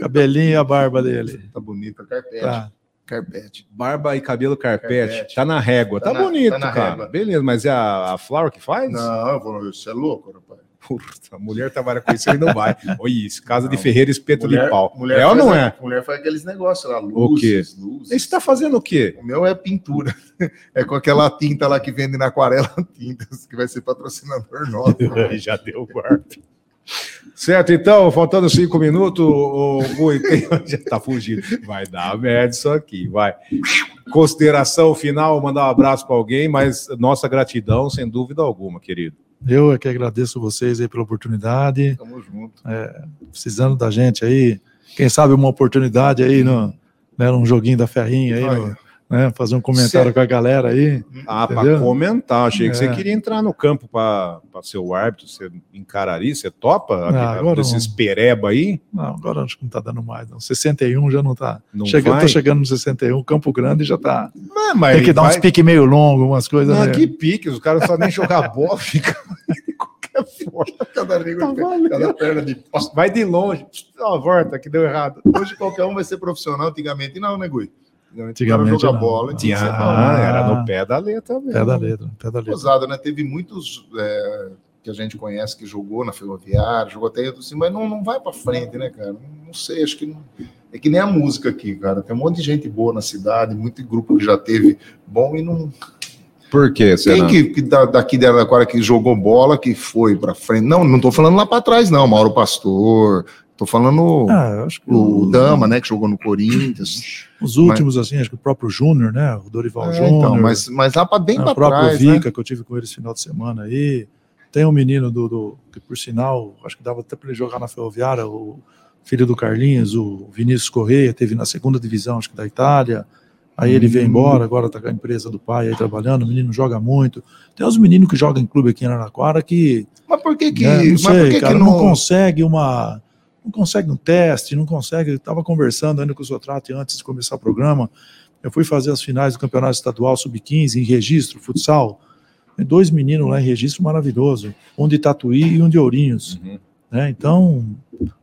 Speaker 6: Cabelinho e a barba dele.
Speaker 4: Tá bonita, carpete.
Speaker 6: Tá.
Speaker 4: Carpete.
Speaker 5: Barba e cabelo carpete.
Speaker 4: Carpete.
Speaker 5: Tá na régua. Tá,
Speaker 4: Tá na-
Speaker 5: bonito,
Speaker 4: tá na
Speaker 5: cara.
Speaker 4: régua.
Speaker 5: Beleza, mas é a, a Flower que faz?
Speaker 4: Não, eu vou, você é louco, rapaz.
Speaker 5: *laughs* Puta, a mulher trabalha com isso, ele não vai. Olha isso, casa de ferreiro, espeto de
Speaker 4: Mulher-
Speaker 5: pau.
Speaker 4: mulher
Speaker 5: é ou
Speaker 4: faz
Speaker 5: não
Speaker 4: a-
Speaker 5: é?
Speaker 4: Mulher faz aqueles negócios lá,
Speaker 5: O quê?
Speaker 4: luzes, luzes.
Speaker 5: Você está fazendo o quê?
Speaker 4: O meu é pintura. *laughs* É com aquela tinta lá que vende na aquarela *laughs* tintas, que vai ser patrocinador *laughs* nosso.
Speaker 5: Já deu o quarto. Certo, então, faltando cinco minutos, o Rui tem- *laughs* já tá fugindo. Vai dar merda isso aqui, vai. Consideração final, mandar um abraço para alguém, mas nossa gratidão, sem dúvida alguma, querido.
Speaker 6: Eu é que agradeço vocês aí pela oportunidade.
Speaker 4: Tamo junto.
Speaker 6: Precisando da gente aí. Quem sabe uma oportunidade aí, no, né, num joguinho da ferrinha aí, no- né, fazer um comentário
Speaker 5: Certo.
Speaker 6: com a galera aí.
Speaker 4: Hum,
Speaker 5: Ah, para
Speaker 6: Entendeu?
Speaker 5: comentar, achei que você
Speaker 6: É.
Speaker 5: queria entrar no campo para ser o árbitro, você encararia, você topa
Speaker 6: Ah, agora
Speaker 5: esses pereba aí?
Speaker 6: Não, agora acho que não tá dando mais, não. 61 já não tá.
Speaker 5: Não
Speaker 6: Chega,
Speaker 5: vai?
Speaker 6: tô chegando no 61, Campo Grande já tá.
Speaker 5: Ah, mas
Speaker 6: Tem que dar
Speaker 5: vai-
Speaker 6: uns piques meio longos, umas coisas.
Speaker 5: Não,
Speaker 6: né?
Speaker 5: que pique, os caras não sabem nem jogar bola, fica de qualquer forma.
Speaker 4: Cada, nego,
Speaker 6: Tá
Speaker 4: cada perna de pau.
Speaker 5: Vai de longe, dá uma volta que deu errado.
Speaker 4: Hoje qualquer um vai ser profissional, antigamente não, né, Gui?
Speaker 6: Antigamente
Speaker 4: Era jogar
Speaker 6: não.
Speaker 4: bola, tinha
Speaker 5: Tinha,
Speaker 4: que ser
Speaker 5: ah,
Speaker 4: balão.
Speaker 5: era no pé da letra mesmo.
Speaker 6: Pé da letra, pé da letra.
Speaker 4: Ousado, né? Teve muitos é, que a gente conhece que jogou na Ferroviária, jogou até em outro, assim, mas não, não vai pra frente, né, cara? Não, não sei, acho que não. É que nem a música aqui, cara. Tem um monte de gente boa na cidade, muito grupo que já teve bom e não.
Speaker 5: Por quê,
Speaker 4: Quem que, que da, daqui da Araraquara que jogou bola, que foi pra frente? Não, não tô falando lá pra trás, não. Mauro Pastor. Tô falando
Speaker 6: Ah, eu acho que
Speaker 4: o, o
Speaker 6: os-
Speaker 4: Dama, né, que jogou no Corinthians.
Speaker 6: os últimos, assim, acho que o próprio Júnior, né? O Dorival
Speaker 4: É,
Speaker 6: Júnior.
Speaker 4: então, mas, mas lá pra bem
Speaker 6: né,
Speaker 4: pra
Speaker 6: o próprio
Speaker 4: trás, né?
Speaker 6: Vica, que eu tive com ele esse final de semana aí. Tem um menino do, do- que, por sinal, acho que dava até para ele jogar na Ferroviária, o filho do Carlinhos, o Vinícius Correia, teve na segunda divisão, acho que da Itália. Aí ele
Speaker 4: Hum.
Speaker 6: veio embora, agora tá com a empresa do pai aí trabalhando, o menino joga muito. Tem uns meninos que jogam em clube aqui em Araraquara que
Speaker 4: Mas por que que,
Speaker 6: né? Não
Speaker 4: mas
Speaker 6: sei,
Speaker 4: por que,
Speaker 6: cara,
Speaker 4: que
Speaker 6: não...
Speaker 4: não,
Speaker 6: consegue uma. Não consegue um teste, não consegue. Eu estava conversando ainda com o Sotrate antes de começar o programa. Eu fui fazer as finais do Campeonato Estadual Sub-15 em registro, futsal. Tem Dois meninos lá em registro maravilhoso, um de Tatuí e um de Ourinhos. né? Então,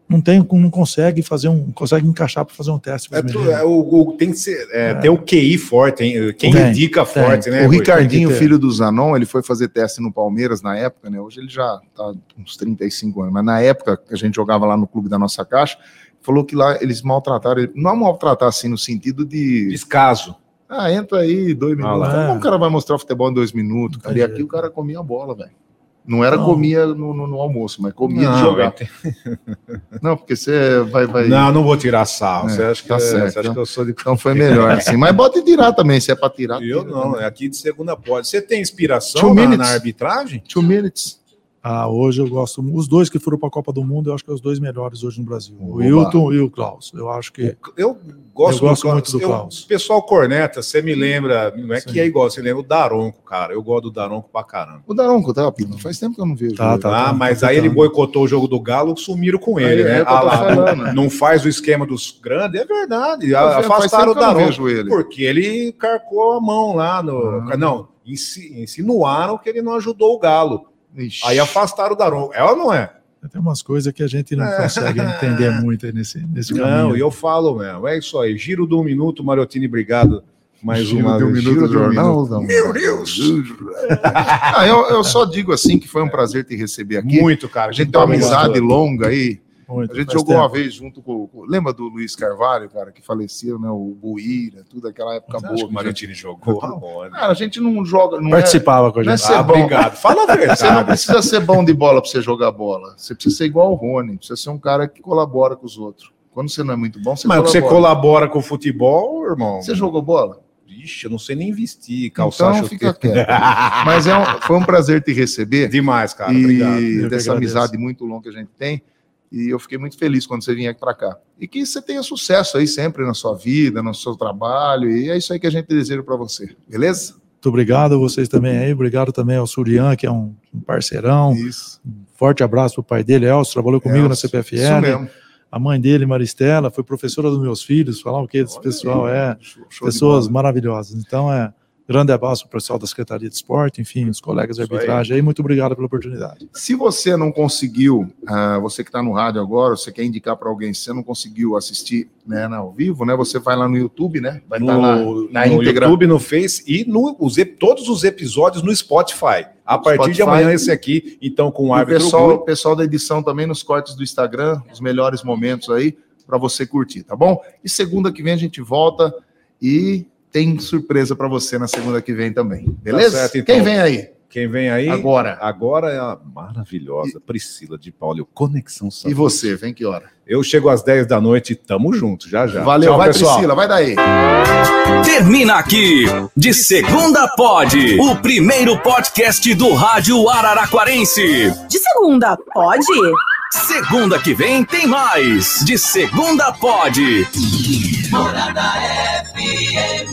Speaker 6: não tem, não consegue fazer um. Consegue encaixar para fazer um teste. pros
Speaker 5: É, tu-
Speaker 6: meninos.
Speaker 5: é, o, o- tem que ser, é, ter o QI forte, hein? Quem
Speaker 6: Tem,
Speaker 5: indica
Speaker 6: tem.
Speaker 5: forte, né?
Speaker 4: É, O
Speaker 5: Rui?
Speaker 4: Ricardinho,
Speaker 6: tem que ter.
Speaker 4: filho do Zanon, ele foi fazer teste no Palmeiras na época, né? Hoje ele já tá uns 35 anos, mas na época que a gente jogava lá no clube da nossa caixa, falou que lá eles maltrataram, ele, não maltratar assim no sentido de,
Speaker 5: Descaso.
Speaker 4: ah, entra aí, dois
Speaker 5: Ah,
Speaker 4: minutos.
Speaker 5: lá.
Speaker 6: é.
Speaker 4: Como o cara vai mostrar futebol em dois minutos, cara? E
Speaker 6: Entendi.
Speaker 4: aqui o cara comia a bola, velho. Não era
Speaker 6: Não.
Speaker 4: comia no, no- no almoço, mas comia de
Speaker 5: Não,
Speaker 4: jogar.
Speaker 6: é.
Speaker 4: Não, porque você vai, vai.
Speaker 5: não, não vou tirar sarro.
Speaker 4: É,
Speaker 5: você acha que,
Speaker 4: tá
Speaker 5: é-
Speaker 4: certo,
Speaker 5: você acha
Speaker 4: né?
Speaker 5: que eu sou de.
Speaker 4: Então foi melhor assim. Mas pode tirar também, se é pra tirar.
Speaker 5: Eu
Speaker 4: tira
Speaker 5: não,
Speaker 4: também.
Speaker 5: é aqui de segunda pode. Você tem inspiração
Speaker 4: Two
Speaker 5: na, na
Speaker 4: minutes.
Speaker 5: arbitragem?
Speaker 4: Two minutes.
Speaker 6: Ah, hoje eu gosto. Os dois que foram para a Copa do Mundo, eu acho que são os dois melhores hoje no Brasil. O
Speaker 4: Oba.
Speaker 6: Hilton e o Klaus. Eu acho que.
Speaker 5: Eu gosto,
Speaker 6: Eu gosto muito do
Speaker 5: eu-
Speaker 6: Klaus.
Speaker 5: O pessoal corneta, você me lembra, não é
Speaker 6: Sim.
Speaker 5: que é igual, você lembra o Daronco, cara. Eu gosto do Daronco pra caramba.
Speaker 4: O Daronco tá, Pino? Faz tempo que eu não vejo.
Speaker 6: Tá,
Speaker 4: ele.
Speaker 6: tá.
Speaker 5: ah, mas aí ele boicotou o jogo do Galo, sumiram com ele,
Speaker 4: Aí,
Speaker 5: né?
Speaker 4: é o que eu
Speaker 5: Ah,
Speaker 4: tô
Speaker 5: lá,
Speaker 4: falando.
Speaker 5: não faz o esquema dos grandes, é verdade.
Speaker 4: Faz tempo
Speaker 5: afastaram o
Speaker 4: que eu não
Speaker 5: Daronco.
Speaker 4: vejo ele. Ah.
Speaker 5: Porque ele carcou a mão lá no. Não, insi- insinuaram que ele não ajudou o Galo.
Speaker 4: Ixi.
Speaker 5: Aí afastaram o Daronco. É ou não é?
Speaker 6: Tem umas coisas que a gente
Speaker 4: É.
Speaker 6: não consegue entender muito aí nesse, nesse caminho.
Speaker 5: Não, e eu falo mesmo. É isso aí. Giro do um minuto, Mariotini, obrigado. Mais
Speaker 4: Giro
Speaker 5: uma
Speaker 4: de um
Speaker 5: vez.
Speaker 4: minuto,
Speaker 5: de um
Speaker 4: jornal, não.
Speaker 5: Meu Deus!
Speaker 4: Ah, eu, eu só digo assim que foi um prazer te receber aqui.
Speaker 5: Muito, cara.
Speaker 4: A gente tem tá uma amizade longa aí.
Speaker 6: Muito,
Speaker 4: A gente
Speaker 6: faz
Speaker 4: jogou
Speaker 6: tempo.
Speaker 4: uma vez junto com, com- Lembra do Luiz Carvalho, cara, que faleceu, né? O Buíra, tudo aquela época
Speaker 5: Acabou. Acho que o
Speaker 4: boa. que a gente-
Speaker 5: Mariotini jogou. Aonde?
Speaker 4: Cara, a gente não joga. Não é,
Speaker 6: Participava com a
Speaker 4: não é
Speaker 6: gente.
Speaker 4: ser
Speaker 5: né? Ah,
Speaker 4: bom.
Speaker 5: obrigado. Fala a
Speaker 4: *laughs* Você é não
Speaker 5: verdade.
Speaker 4: precisa ser bom de bola pra você jogar bola. Você precisa ser igual o Rony. Precisa ser um cara que colabora com os outros. Quando você não é muito bom, você
Speaker 5: Mas você
Speaker 4: colabora.
Speaker 5: colabora com o futebol, irmão?
Speaker 4: Você jogou bola?
Speaker 5: Ixi, eu não sei nem vestir, calçar
Speaker 4: Então
Speaker 5: chuteira. *laughs*
Speaker 4: fica quieto. Mas é um- foi um prazer te
Speaker 6: *laughs*
Speaker 4: receber.
Speaker 5: É Demais, cara.
Speaker 4: e
Speaker 5: Obrigado.
Speaker 6: Eu que
Speaker 4: dessa
Speaker 6: agradeço.
Speaker 4: amizade muito longa que a gente tem. E eu fiquei muito feliz quando você vinha aqui para cá. E que você tenha sucesso aí sempre na sua vida, no seu trabalho. E é isso aí que a gente deseja para você, beleza?
Speaker 6: Muito obrigado a vocês também aí. Obrigado também ao Surian, que é um, um parceirão.
Speaker 4: Isso.
Speaker 6: Forte abraço pro pai dele, Elcio, trabalhou comigo na CPFL.
Speaker 4: É, Isso mesmo.
Speaker 6: A mãe dele, Maristela, foi professora dos meus filhos. Falar o que desse pessoal é.
Speaker 4: Show de
Speaker 6: Pessoas
Speaker 4: bola.
Speaker 6: maravilhosas. Então é Grande abraço para o pessoal da Secretaria de Esporte, enfim, os colegas de arbitragem aí. Muito obrigado pela oportunidade.
Speaker 4: Se você não conseguiu, ah, você que está no rádio agora, você quer indicar para alguém, se você não conseguiu assistir né, ao vivo, né? Você vai lá no YouTube, né? Vai estar lá
Speaker 5: no,
Speaker 4: na
Speaker 5: no
Speaker 4: íntegra.
Speaker 5: YouTube, no Face e no, os, ep- todos os episódios no Spotify. A partir de
Speaker 4: Spotify.
Speaker 5: amanhã, esse aqui, então, com o
Speaker 4: E o
Speaker 5: árbitro.
Speaker 4: pessoal, o
Speaker 5: Gui.
Speaker 4: pessoal da edição também nos cortes do Instagram, os melhores momentos aí para você curtir, tá bom? E segunda que vem a gente volta e tem surpresa para você na segunda que vem também, beleza?
Speaker 5: certo, então.
Speaker 4: Quem vem aí
Speaker 5: Quem vem aí, agora,
Speaker 4: agora?
Speaker 5: é a maravilhosa Priscila de Paulo, Conexão
Speaker 4: E
Speaker 5: Saúde.
Speaker 4: você, vem que hora?
Speaker 5: Eu chego às 10 da noite, tamo junto, já já.
Speaker 4: Valeu,
Speaker 5: Tchau,
Speaker 4: vai Priscila, vai daí.
Speaker 3: Termina aqui, de segunda pode, o primeiro podcast do rádio Araraquarense.
Speaker 2: De segunda, pode?
Speaker 3: Segunda que vem tem mais, de segunda pode.
Speaker 8: Morada FM.